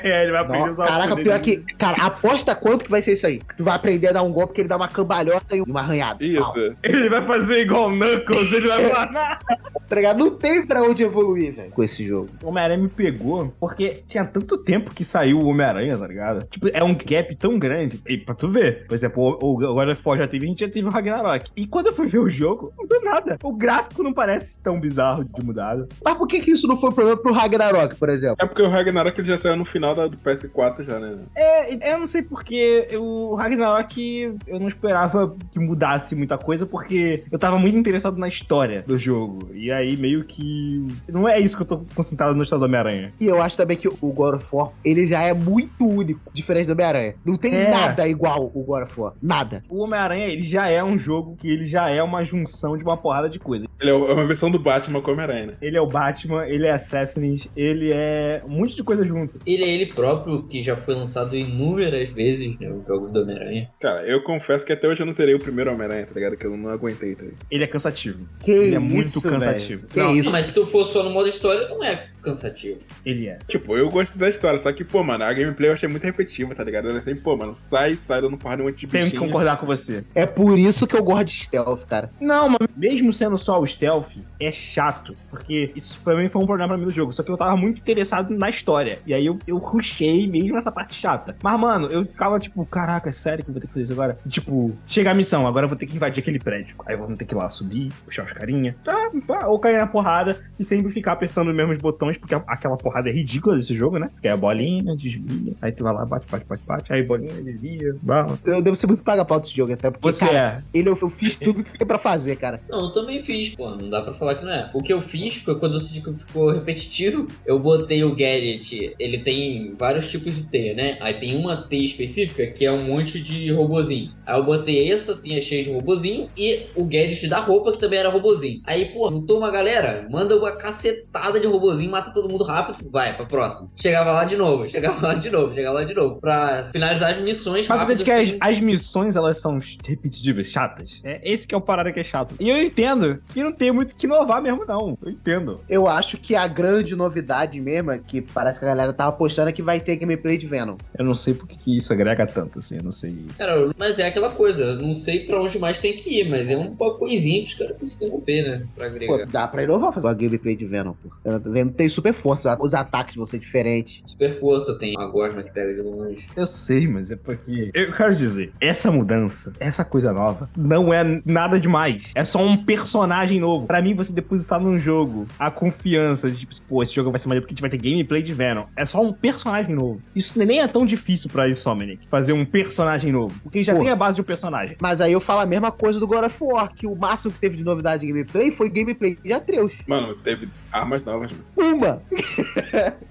É, ele vai aprender a
Nossa,
usar
caraca,
poder
pior
dele.
que. Cara, aposta quanto que vai ser isso aí. Tu vai aprender a dar um golpe que ele dá uma cambalhota e uma arranhada. Pau.
Isso.
Ele vai fazer igual o Knuckles, ele vai falar, "Não,
Tá ligado? Não tem pra onde evoluir, velho, com esse jogo.
O Homem-Aranha me pegou porque tinha tanto tempo que saiu o Homem-Aranha, tá ligado? Tipo, é um gap tão grande. E pra tu ver, por exemplo, o, o God of War já teve, a gente já teve o Ragnarok. E quando eu fui ver o jogo, não deu nada. O gráfico não parece tão bizarro de mudado.
Mas por que que isso não foi um problema pro Ragnarok, por exemplo?
É porque o Ragnarok ele já saiu no final da- do PS4 já, né?
É, eu não sei porque eu- o Ragnarok eu não esperava que mudasse muita coisa porque eu tava muito interessado na história do jogo. E aí meio que. Não é isso que eu tô concentrado no estado do Homem-Aranha.
E eu acho também que o God of War, ele já é muito único, diferente do Homem-Aranha. Não tem
É.
nada igual o God of War. Nada.
O Homem-Aranha, ele já é um jogo que ele já é uma junção de uma porrada de coisa.
Ele é uma versão do Batman com o Homem-Aranha, né?
Ele é o Batman, ele é Assassin's, ele é um monte de coisa junto.
Ele é ele próprio, que já foi lançado inúmeras vezes, né? Os jogos do Homem-Aranha.
Cara, eu confesso que até hoje eu não serei o primeiro Homem-Aranha, tá ligado? Que eu não aguentei, tá ligado?
Ele é cansativo.
Que
Ele é
isso,
muito
velho.
cansativo.
Que
Não,
isso.
Mas se tu for só no modo história, não é cansativo.
Ele é.
Tipo, eu gosto da história, só que, pô, mano, a gameplay eu achei muito repetitiva, tá ligado? Ela é sempre, pô, mano, sai, sai dando porrada em um monte de
Tenho que
bichinho.
concordar com você.
É por isso que eu gosto de stealth, cara.
Não, mas mesmo sendo só o stealth, é chato. Porque isso pra mim foi um problema pra mim do jogo. Só que eu tava muito interessado na história. E aí eu, eu rushei mesmo essa parte chata. Mas, mano, eu ficava tipo, caraca, é sério que eu vou ter que fazer isso agora? E, tipo, chega a missão, agora eu vou ter que invadir aquele prédio. Aí eu vou ter que ir lá subir, puxar os carinha. Tá, pá, ou cair na porrada e sempre ficar apertando os mesmos botões, porque a- aquela porrada é ridícula desse jogo, né? Porque é a bolinha, desvia. Aí tu vai lá, bate, bate, bate, bate. Aí bolinha, desvia, bala.
Eu devo ser muito paga-pau desse jogo, até porque,
Você
cara,
é.
ele, eu, eu fiz tudo que tem pra fazer, cara.
Não, eu também fiz, pô. Não dá pra falar que não é. O que eu fiz foi quando eu senti que ficou repetitivo, eu botei o Gadget. Ele tem vários tipos de teia, né? Aí tem uma teia específica que é um monte de robozinho. Aí eu botei essa teia cheia de robozinho e o Gadget da roupa que também era robozinho. Aí, pô, juntou uma galera, manda uma cacetada de robozinho, mata todo mundo rápido, vai pra próxima. Chegava lá de novo, chegava lá de novo, chegava lá de novo. Pra finalizar as missões
Mas
rápido.
que as,
sem-
as missões elas são repetitivas, chatas. É esse que é o parada que é chato. E eu entendo que não tem muito o que inovar mesmo, não. Eu entendo.
Eu acho que a grande novidade mesmo, é que parece que a galera tava apostando, é que vai ter gameplay de Venom.
Eu não sei porque que isso agrega tanto, assim. Eu não sei.
Cara, mas é aquela coisa, eu não sei pra onde mais tem que ir, mas é uma coisinha que os caras conseguiram ver, né? Pra
Pô,
agregar.
dá pra inovar fazer uma gameplay de Venom, pô. Venom tem super força, os ataques vão ser diferentes.
Super força tem a gosma que pega de longe.
Eu sei, mas é porque. Eu quero dizer, essa mudança, essa coisa nova, não é nada demais. É só um personagem novo. Pra mim, você depositar num jogo a confiança de, tipo, pô, esse jogo vai ser maneiro porque a gente vai ter gameplay de Venom. É só um personagem novo. Isso nem é tão difícil pra Insomniac, fazer um personagem novo. Porque já
Pô.
tem a base de um personagem.
Mas aí eu falo a mesma coisa do God of War, que o máximo que teve de novidade de gameplay foi gameplay de Atreus.
Mano, teve armas novas, mano.
Um Nenhuma!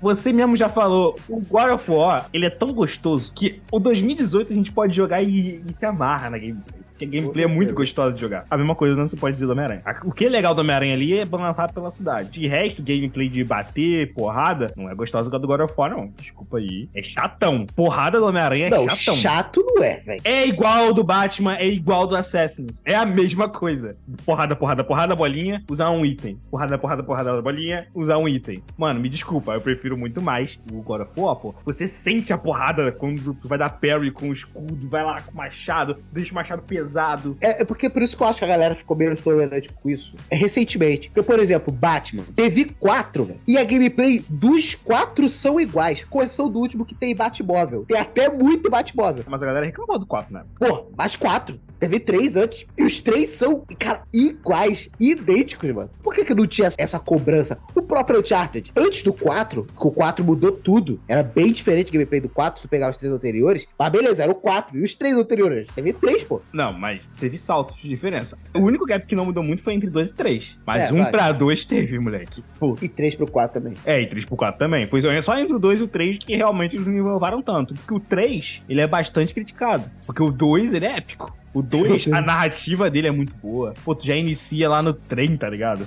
Você mesmo já falou, o God of War, ele é tão gostoso que o 2018 a gente pode jogar e, e se amarra na gameplay. Porque a gameplay é muito gostosa de jogar. A mesma coisa não se pode dizer do Homem-Aranha. A- O que é legal do Homem-Aranha ali é balançar pela cidade. De resto, gameplay de bater, porrada, não é gostosa igual a do God of War, não. Desculpa aí. É chatão. Porrada do Homem-Aranha é
não,
chatão.
chato não é, velho.
É igual ao do Batman, é igual ao do Assassin's. É a mesma coisa. Porrada, porrada, porrada, bolinha, usar um item. Porrada, porrada, porrada, bolinha, usar um item. Mano, me desculpa, eu prefiro muito mais o God of War, pô. Você sente a porrada quando tu vai dar parry com o escudo, vai lá com o machado, deixa o machado pesado.
É, é porque por isso que eu acho que a galera ficou menos tolerante com isso. É recentemente. Porque, por exemplo, Batman. Teve quatro, velho. E a gameplay dos quatro são iguais. Com exceção do último que tem Batmóvel. Tem até muito Batmóvel.
Mas a galera reclamou do 4, né?
Pô, mais quatro. Teve três antes. E os três são, cara, iguais, idênticos, mano. Por que, que não tinha essa cobrança? O próprio Uncharted, antes do 4, que o 4 mudou tudo. Era bem diferente o gameplay do 4, se tu pegar os três anteriores. Mas beleza, era o 4. E os três anteriores? Teve três, pô.
Não, mas teve saltos de diferença. O único gap que não mudou muito foi entre 2 e 3. Mas
É,
1 um
vai.
pra 2 teve, moleque. Pô,
E três pro 4 também.
É, e 3 pro 4 também. Pois é, só entre o 2 e o 3 que realmente eles não inovaram tanto. Porque o 3, ele é bastante criticado. Porque o 2, ele é épico. O 2, a narrativa dele é muito boa. Pô, tu já inicia lá no trem, tá ligado?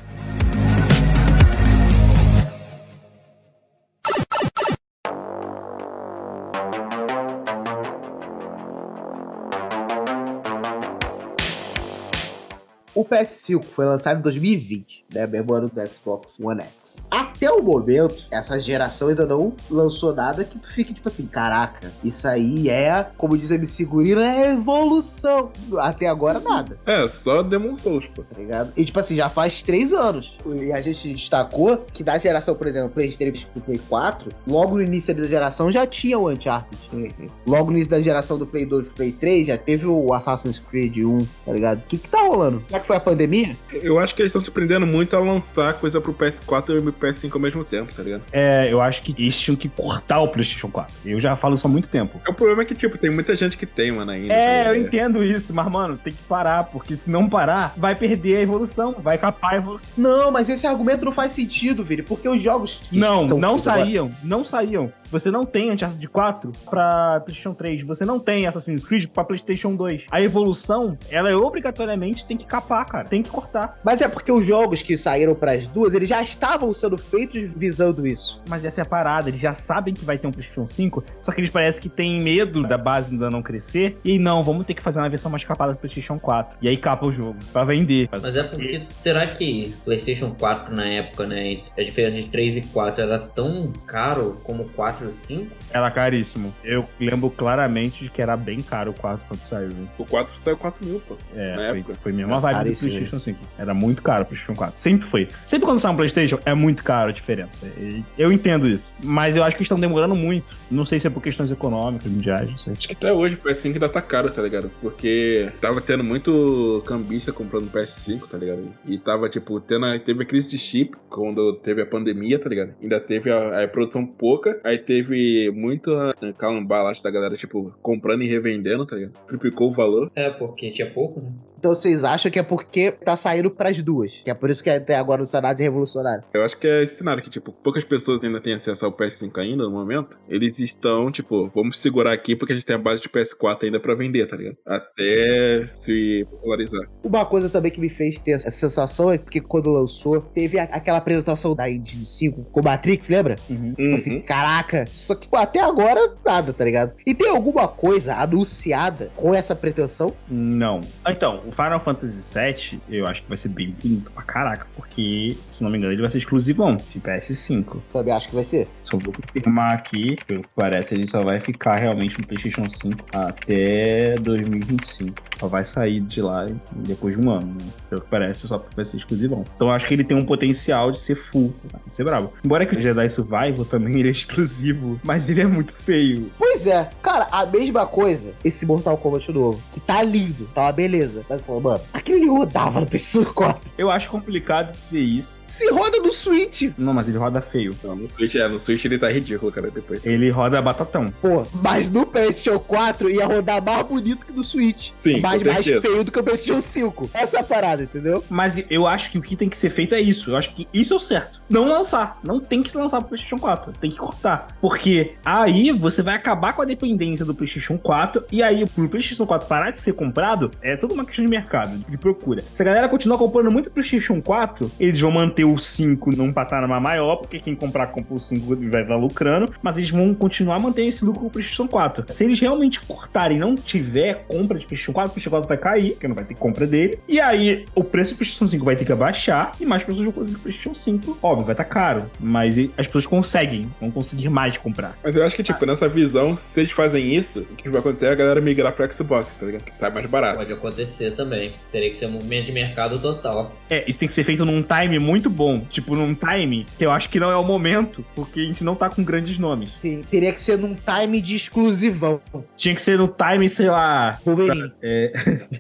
O PS5 foi lançado em 2020, né? Mesmo ano do Xbox One X. Até o momento, essa geração ainda não lançou nada que tu fique tipo assim: caraca, isso aí é, como diz o MC Gorila, é evolução. Até agora, nada,
É, só Demon Souls, pô.
tá ligado? E tipo assim, já faz três anos. E a gente destacou que da geração, por exemplo, PlayStation 3 pro Play 4, logo no início ali da geração já tinha o Uncharted.
Hum,
Logo no início da geração do Play 2 pro Play 3, já teve o Assassin's Creed 1, tá ligado? O que que tá rolando? Será que foi a pandemia?
Eu acho que eles estão se prendendo muito a lançar coisa pro PS4 e PS5 ao mesmo tempo, tá ligado?
É, eu acho que eles tinham que cortar o PlayStation 4. Eu já falo isso há muito tempo.
O problema é que, tipo, tem muita gente que tem, mano, ainda.
É,
tá
eu
ligado?
entendo isso, mas, mano, tem que parar, porque se não parar, vai perder a evolução, vai capar a evolução.
Não, mas esse argumento não faz sentido, Vini, porque os jogos. que
Não,
são
não
feitos agora-
saíam, não saíam. Você não tem Uncharted 4 pra PlayStation 3, você não tem Assassin's Creed pra PlayStation 2. A evolução, ela é obrigatoriamente tem que capar, cara, tem que cortar.
Mas é porque os jogos que saíram pras duas, eles já estavam sendo feitos visando isso.
Mas essa é a parada, eles já sabem que vai ter um PlayStation 5, só que eles parecem que têm medo da base ainda não crescer e não, vamos ter que fazer uma versão mais capada do PlayStation 4. E aí capa o jogo pra vender.
Mas é porque, será que PlayStation 4 na época, né, a diferença de 3 e 4 era tão caro como 4 e 5?
Era é caríssimo. Eu lembro claramente de que era bem caro o 4 quando saiu. viu?
É, O 4 saiu 4 mil, pô.
É,
Na
foi,
época.
foi a mesma
Era
vibe do
caríssimo
PlayStation 5. Era muito caro o PlayStation 4. Sempre foi. Sempre quando sai um PlayStation, é muito caro a diferença. E eu entendo isso. Mas eu acho que estão demorando muito. Não sei se é por questões econômicas, mundiais, não sei.
Acho que até hoje o PS5 ainda tá caro, tá ligado? Porque tava tendo muito cambista comprando PS5, tá ligado? E tava, tipo, tendo a- teve a crise de chip quando teve a pandemia, tá ligado? Ainda teve a, a produção pouca, aí teve muito a calambalacha da galera, tipo, comprando e revendendo, tá ligado? Triplicou o valor.
É, porque tinha pouco, né?
Então vocês acham que é porque tá saindo pras duas. Que é por isso que até agora o cenário é revolucionário.
Eu acho que é esse cenário que, tipo, poucas pessoas ainda têm acesso ao PS5 ainda no momento. Eles estão, tipo, vamos segurar aqui porque a gente tem a base de PS4 ainda pra vender, tá ligado? Até se popularizar.
Uma coisa também que me fez ter essa sensação é que quando lançou, teve a- aquela apresentação da Engine 5 com Matrix, lembra? Tipo
Uhum.
assim, caraca. Só que pô, até agora nada, tá ligado? E tem alguma coisa anunciada com essa pretensão?
Não. Então, o Final Fantasy VII, eu acho que vai ser bem bonito pra caraca. Porque, se não me engano, ele vai ser exclusivão de PS5.
Também acho que vai ser.
Só vou confirmar aqui. Pelo que parece, ele só vai ficar realmente no PlayStation 5 até 2025. Só vai sair de lá depois de um ano. Né? Pelo que parece, só vai ser exclusivão. Então eu acho que ele tem um potencial de ser full. tá? De ser brabo. Embora que o Jedi Survival também ele é exclusivo. Mas ele é muito feio.
Pois é, cara, a mesma coisa, esse Mortal Kombat novo, que tá lindo, tá uma beleza. Mas falou, mano, aquele rodava no PS4.
Eu acho complicado dizer isso.
Se roda no Switch.
Não, mas ele roda feio.
Não, no Switch, é, no Switch ele tá ridículo, cara, depois.
Ele roda batatão.
Pô, mas no PlayStation 4 ia rodar mais bonito que no Switch.
Sim,
mas
com
mais
certeza.
feio do que o PlayStation 5. Essa é a parada, entendeu?
Mas eu acho que o que tem que ser feito é isso. Eu acho que isso é o certo. não lançar. Não tem que lançar pro PlayStation 4. Tem que cortar. Porque aí você vai acabar com a dependência do PlayStation 4. E aí, pro PlayStation 4 parar de ser comprado, é toda uma questão de mercado, de procura. Se a galera continuar comprando muito PlayStation 4, eles vão manter o 5 num patamar maior. Porque quem comprar, compra o 5 e vai estar lucrando. Mas eles vão continuar mantendo esse lucro pro PlayStation 4. Se eles realmente cortarem e não tiver compra de PlayStation 4, o PlayStation 4 vai cair, porque não vai ter compra dele. E aí, o preço do PlayStation 5 vai ter que abaixar. E mais pessoas vão conseguir o PlayStation 5. Óbvio, vai estar caro. Mas as pessoas conseguem. Vão conseguir mais comprar.
Mas eu acho que, tipo, nessa visão, se eles fazem isso, o que vai acontecer é a galera migrar pro Xbox, tá ligado? Que sai mais barato.
Pode acontecer também. Teria que ser um movimento de mercado total.
É, isso tem que ser feito num time muito bom. Tipo, num time que eu acho que não é o momento, porque a gente não tá com grandes nomes.
Sim, teria que ser num time de exclusivão.
Tinha que ser no time, sei lá.
Wolverine.
É...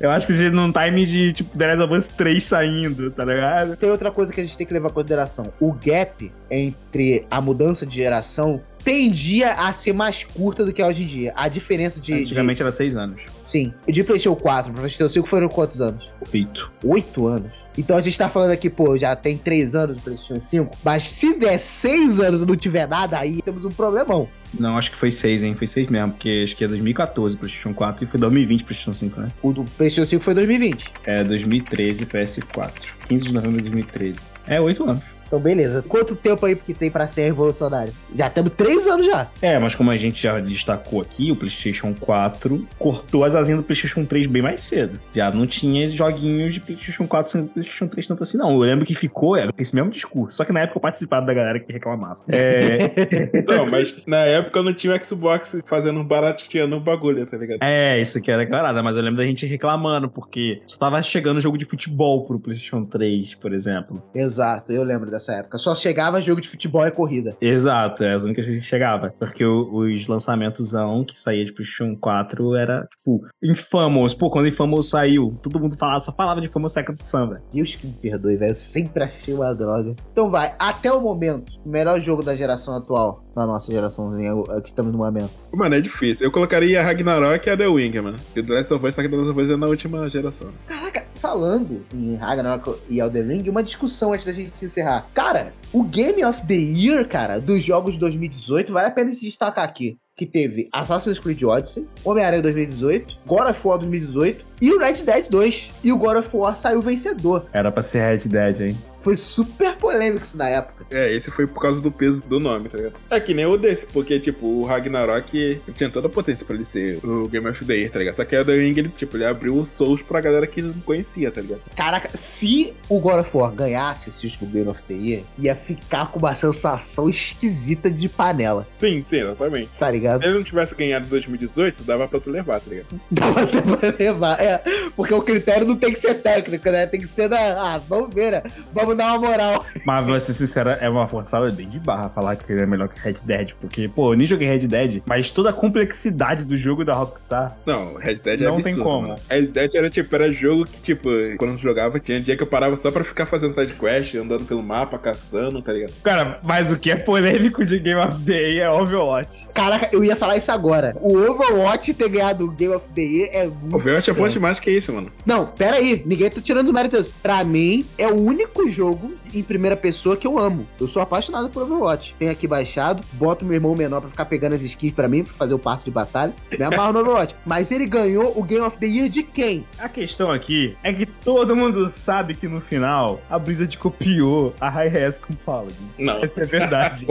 eu acho que seria num time de, tipo, The Last of Us 3 saindo, tá ligado?
Tem outra coisa que a gente tem que levar em consideração. O gap entre a mudança de geração tendia a ser mais curta do que é hoje em dia. A diferença de...
Antigamente era 6 anos.
de- sim. De PlayStation 4 para PlayStation 5 foram quantos anos?
8.
Oito anos. Então a gente tá falando aqui, pô, já tem três anos do PlayStation 5, mas se der seis anos e não tiver nada, aí temos um problemão.
Não, acho que foi 6, hein? Foi 6 mesmo, porque acho que é 2014 pro PlayStation 4 e foi 2020 pro PlayStation 5, né?
O do PlayStation 5 foi 2020.
É 2013 PS4. 15 de novembro de 2013. É, 8 anos.
Então, beleza. Quanto tempo aí que tem pra ser revolucionário? Já temos três anos já.
É, mas como a gente já destacou aqui, o PlayStation 4 cortou as asinhas do PlayStation 3 bem mais cedo. Já não tinha joguinhos de PlayStation 4 sendo PlayStation 3 tanto assim, não. Eu lembro que ficou, era esse mesmo discurso. Só que na época eu participava da galera que reclamava. É,
Não, mas na época eu não tinha o Xbox fazendo um barateando o bagulho, tá ligado?
é isso que era clarada, mas eu lembro da gente reclamando, porque só tava chegando jogo de futebol pro PlayStation 3, por exemplo.
Exato, eu lembro dessa época. Só chegava jogo de futebol e corrida.
Exato, é as únicas que chegava. Porque o- os lançamentos que saía de PlayStation 4 era, tipo, Infamous. Pô, quando Infamous saiu, todo mundo falava, só falava de Infamous Second Samba.
Deus que me perdoe, velho. Eu sempre achei uma droga. Então vai, até o momento, o melhor jogo da geração atual, da nossa geraçãozinha é o que estamos no momento.
Mano, é difícil. Eu colocaria a Ragnarok e a The Wing, mano. E o The Last of Us, só que The Last of Us é na última geração.
Caraca, falando em Ragnarok e Elden Ring, uma discussão antes da gente encerrar. Cara, o Game of the Year, cara, dos jogos de 2018, vale a pena se destacar aqui. Que teve Assassin's Creed Odyssey, Homem-Aranha 2018, God of War 2018 e o Red Dead 2. E o God of War saiu vencedor.
Era pra ser Red Dead, hein?
Foi super polêmico isso na época.
É, esse foi por causa do peso do nome, tá ligado? É que nem o desse, porque, tipo, o Ragnarok ele tinha toda a potência pra ele ser o Game of the Year, tá ligado? Só que a The Wing, ele, tipo, ele abriu o Souls pra galera que não conhecia, tá ligado?
Caraca, se o God of War ganhasse esse último Game of the Year, ia ficar com uma sensação esquisita de panela,
Sim, sim, exatamente.
tá ligado?
Se ele não tivesse ganhado em 2018, dava pra tu levar, tá ligado?
Dava até pra levar, é. Porque o critério não tem que ser técnico, né? Tem que ser da. Ah, vamos ver, né? Vamos dar uma moral.
Mas, pra ser sincero, é uma forçada bem de barra falar que ele é melhor que Red Dead. Porque, pô, eu nem joguei Red Dead, mas toda a complexidade do jogo da Rockstar.
Não, Red Dead é
Não tem
absurdo,
como.
mano. Red Dead era tipo, era jogo que, tipo, quando eu jogava, tinha dia que eu parava só pra ficar fazendo side quest, andando pelo mapa, caçando, tá ligado?
Cara, mas o que é polêmico de Game of the Year é Overwatch.
Caraca, eu ia falar isso agora. O Overwatch ter ganhado o Game of the Year é muito.
O Overwatch é bom
estranho.
demais que isso, mano.
Não, pera aí. Ninguém tá tirando os méritos. Pra mim, é o único jogo em primeira pessoa que eu amo. Eu sou apaixonado por Overwatch. Tenho aqui baixado, boto meu irmão menor pra ficar pegando as skins pra mim, pra fazer o passo de batalha. Me amarro no Overwatch. Mas ele ganhou o Game of the Year de quem?
A questão aqui é que todo mundo sabe que no final a Blizzard copiou a Hi-Res com Paladin.
Não.
Essa é verdade.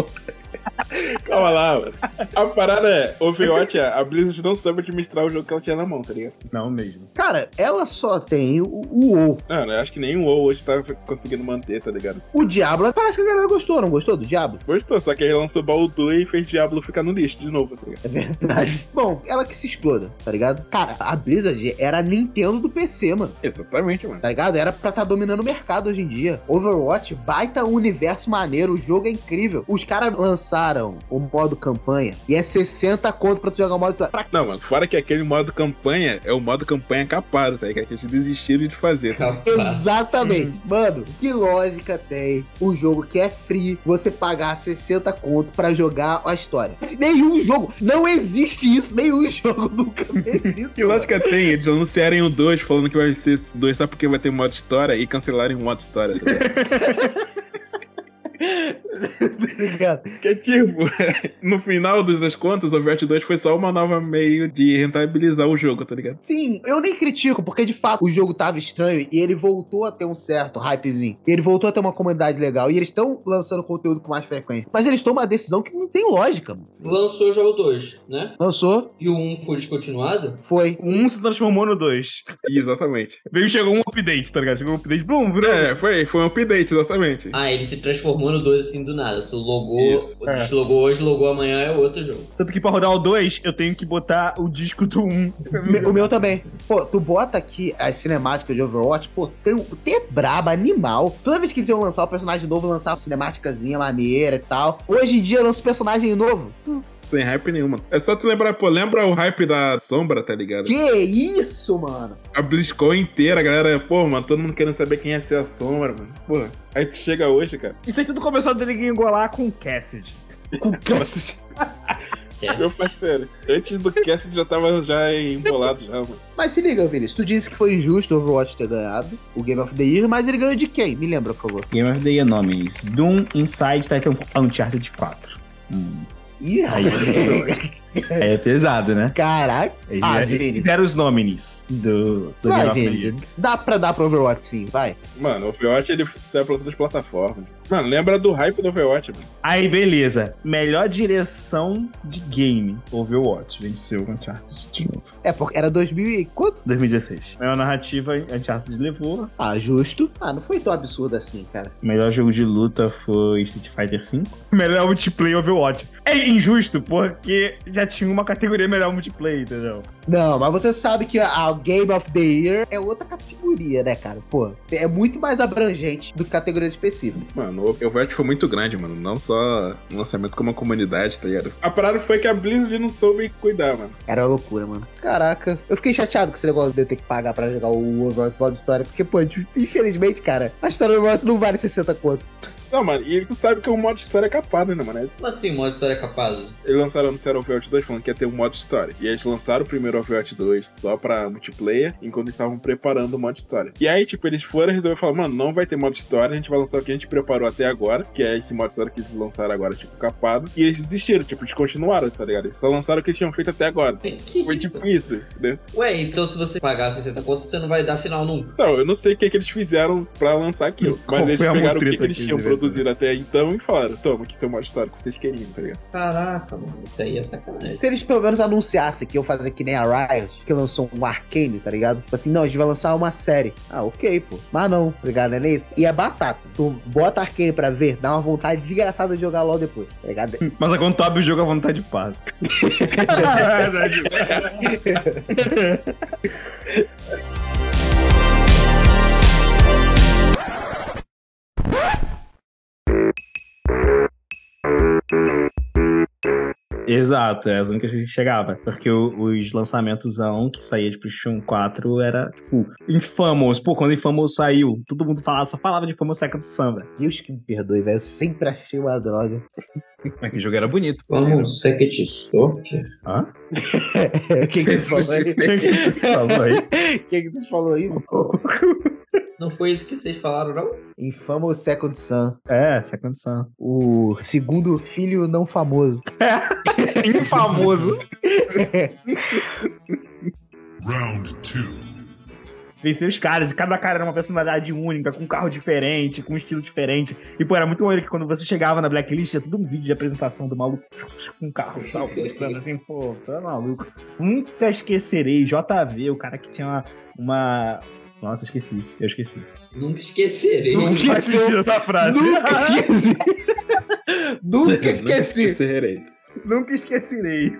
Calma lá, mano. A parada é, Overwatch, a Blizzard não soube administrar o jogo que ela tinha na mão, tá ligado?
Não mesmo.
Cara, ela só tem o, o WoW.
Não, eu acho que nem o WoW hoje tá conseguindo manter, tá ligado?
O Diablo, parece que a galera gostou, não gostou do Diablo?
Gostou, só que aí lançou Baldur e fez Diablo ficar no lixo de novo, tá ligado?
É verdade. Bom, ela que se exploda, tá ligado? Cara, a Blizzard era a Nintendo do PC, mano,
Exatamente, mano.
tá ligado? Era pra tá dominando o mercado hoje em dia. Overwatch, baita universo maneiro, o jogo é incrível. Os caras lançaram o modo campanha e é 60 conto pra tu jogar o modo... Pra...
Não, mano, fora que aquele modo campanha é o modo campanha encapados, tá ligado? Que eles desistiram de fazer. tá Hum. ligado?
Exatamente. Mano, que lógica tem o jogo que é free você pagar 60 conto pra jogar a história? Se Nenhum jogo, não existe isso. Nenhum jogo nunca fez isso.
Que lógica tem? Eles anunciarem o 2 falando que vai ser 2 só porque vai ter modo história e cancelarem o modo história. Tá ligado?
Obrigado.
que tipo, no final dos das contas, o Overt 2 foi só uma nova meio de rentabilizar o jogo, tá ligado?
Sim, eu nem critico, porque de fato o jogo tava estranho e ele voltou a ter um certo hypezinho. E ele voltou a ter uma comunidade legal. E eles estão lançando conteúdo com mais frequência. Mas eles tomam uma decisão que não tem lógica, mano.
Lançou já o 2, né?
Lançou,
E o 1 um foi descontinuado.
foi.
Um se transformou no dois.
Exatamente.
Veio, chegou um update, tá ligado? Chegou um update, blum, virou.
É, foi, foi um update, exatamente.
Ah, ele se transformou no 2 assim do nada. Tu logou,
Isso,
é.
deslogou hoje, logou amanhã é outro jogo.
Tanto que pra rodar o 2, eu tenho que botar o disco do 1. Um.
Me- O meu também. Pô, tu bota aqui as cinemáticas de Overwatch, pô, tem, tem é braba, animal. Toda vez que eles iam lançar o personagem novo, lançar uma cinemáticazinha maneira e tal. Hoje em dia lança um personagem novo.
Sem hype nenhuma. É só tu lembrar, pô, lembra o hype da sombra, tá ligado?
Que isso, mano?
A BlizzCon inteira, a galera, pô, mano, todo mundo querendo saber quem ia ser a sombra, mano. Pô, aí tu chega hoje, cara.
Isso aí tudo começou a dele engolar com o Cassidy.
Com câncer.
Meu
Esquece.
parceiro, antes do cast já tava já embolado já, mano.
Mas se liga, Vinícius, tu disse que foi injusto o Overwatch ter ganhado o Game of the Year, mas ele ganhou de quem? Me lembra, por favor.
Game of the Year nomes. Doom, Inside, Titan, Uncharted 4. Hum.
Ih,
Aí,
rapaz.
É pesado, né?
Caraca.
Eles
Ah,
eles
Vini.
é- deram os nominis do, do Game
Vai,
of the Year.
Vini. Dá pra dar pro Overwatch sim, vai.
Mano, o Overwatch ele saiu pra todas as plataformas. Mano, lembra do hype do Overwatch, mano.
Aí, beleza. Melhor direção de game. Overwatch. Venceu o Uncharted de novo.
É, porque era 2000 e quanto?
2016. Melhor narrativa, Uncharted levou.
Ah, justo. Ah, não foi tão absurdo assim, cara.
Melhor jogo de luta foi Street Fighter V. Melhor multiplayer Overwatch. É injusto, porque já tinha uma categoria melhor multiplayer, entendeu?
Não, mas você sabe que a Game of the Year é outra categoria, né, cara? Pô, é muito mais abrangente do que categoria específica.
Mano, o Overwatch foi muito grande, mano. Não só no lançamento como a comunidade, tá ligado? A parada foi que a Blizzard não soube cuidar, mano.
Era uma loucura, mano. Caraca, eu fiquei chateado com esse negócio de eu ter que pagar pra jogar o Overwatch modo história, porque, pô, infelizmente, cara, a história do Overwatch não vale 60 conto.
Não, mano, e tu sabe que o modo história é capado, né, mano?
Como assim, modo história capaz?
Eles lançaram no Zero Overwatch 2 falando que ia ter um modo história. E eles lançaram o primeiro Overwatch 2 só pra multiplayer, enquanto eles estavam preparando o modo história. E aí, tipo, eles foram e resolveram falar, mano, não vai ter modo história, a gente vai lançar o que a gente preparou até agora, que é esse modo história que eles lançaram agora, tipo, capado. E eles desistiram, tipo, descontinuaram, tá ligado? Eles só lançaram o que eles tinham feito até agora.
Que isso?
Foi tipo isso, entendeu?
Ué, então se você pagar 60 conto, você não vai dar final nunca.
Não, Então, eu não sei o que, que eles fizeram pra lançar aquilo.
Qual
Mas eles
foi a
pegaram o que,
mutreta
que eles
que eles
tinham
inventaram?
produzido até então e falaram, toma, aqui seu modo história que vocês queriam, tá ligado?
Caraca, mano, isso aí é sacanagem.
Se eles pelo menos anunciassem que eu fazer que nem a Riot, que lançou um Arcane, tá ligado? Tipo assim, não, a gente vai lançar uma série. Ah, ok, pô. Mas não, obrigado, não é nem isso. E é batata. Tu bota Arcane pra ver, dá uma vontade desgraçada de jogar LOL depois, tá ligado?
Mas a quando tu abre o jogo, a vontade passa. Exato, é as únicas que a gente chegava. Porque o- os lançamentos um que saía de PlayStation 4 era, tipo, Infamous. Pô, quando Infamous saiu, todo mundo falava, só falava de Infamous Second Samba.
Deus que me perdoe, velho. Eu sempre achei uma droga.
Mas É que jogo era bonito.
Vamos, Secret Soak?
Hã?
O que, que tu falou aí?
Quem que tu falou aí?
O que, que tu falou aí?
Não foi isso que vocês falaram, não?
Infamous Second Son,
É, Second Sun.
o segundo filho não famoso.
Infamoso.
Round two.
Vencer os caras, e cada cara era uma personalidade única, com um carro diferente, com um estilo diferente. E, pô, era muito maneiro que quando você chegava na Blacklist, tinha tudo um vídeo de apresentação do maluco com um carro e tal, mostrando assim, pô, tá maluco. Nunca esquecerei, JV, o cara que tinha uma... uma... Nossa, esqueci, eu esqueci.
Nunca esquecerei.
Nunca
faz
esqueceu.
sentido essa frase.
Nunca esqueci! Nunca esqueci!
Esquecerei.
Nunca esquecerei.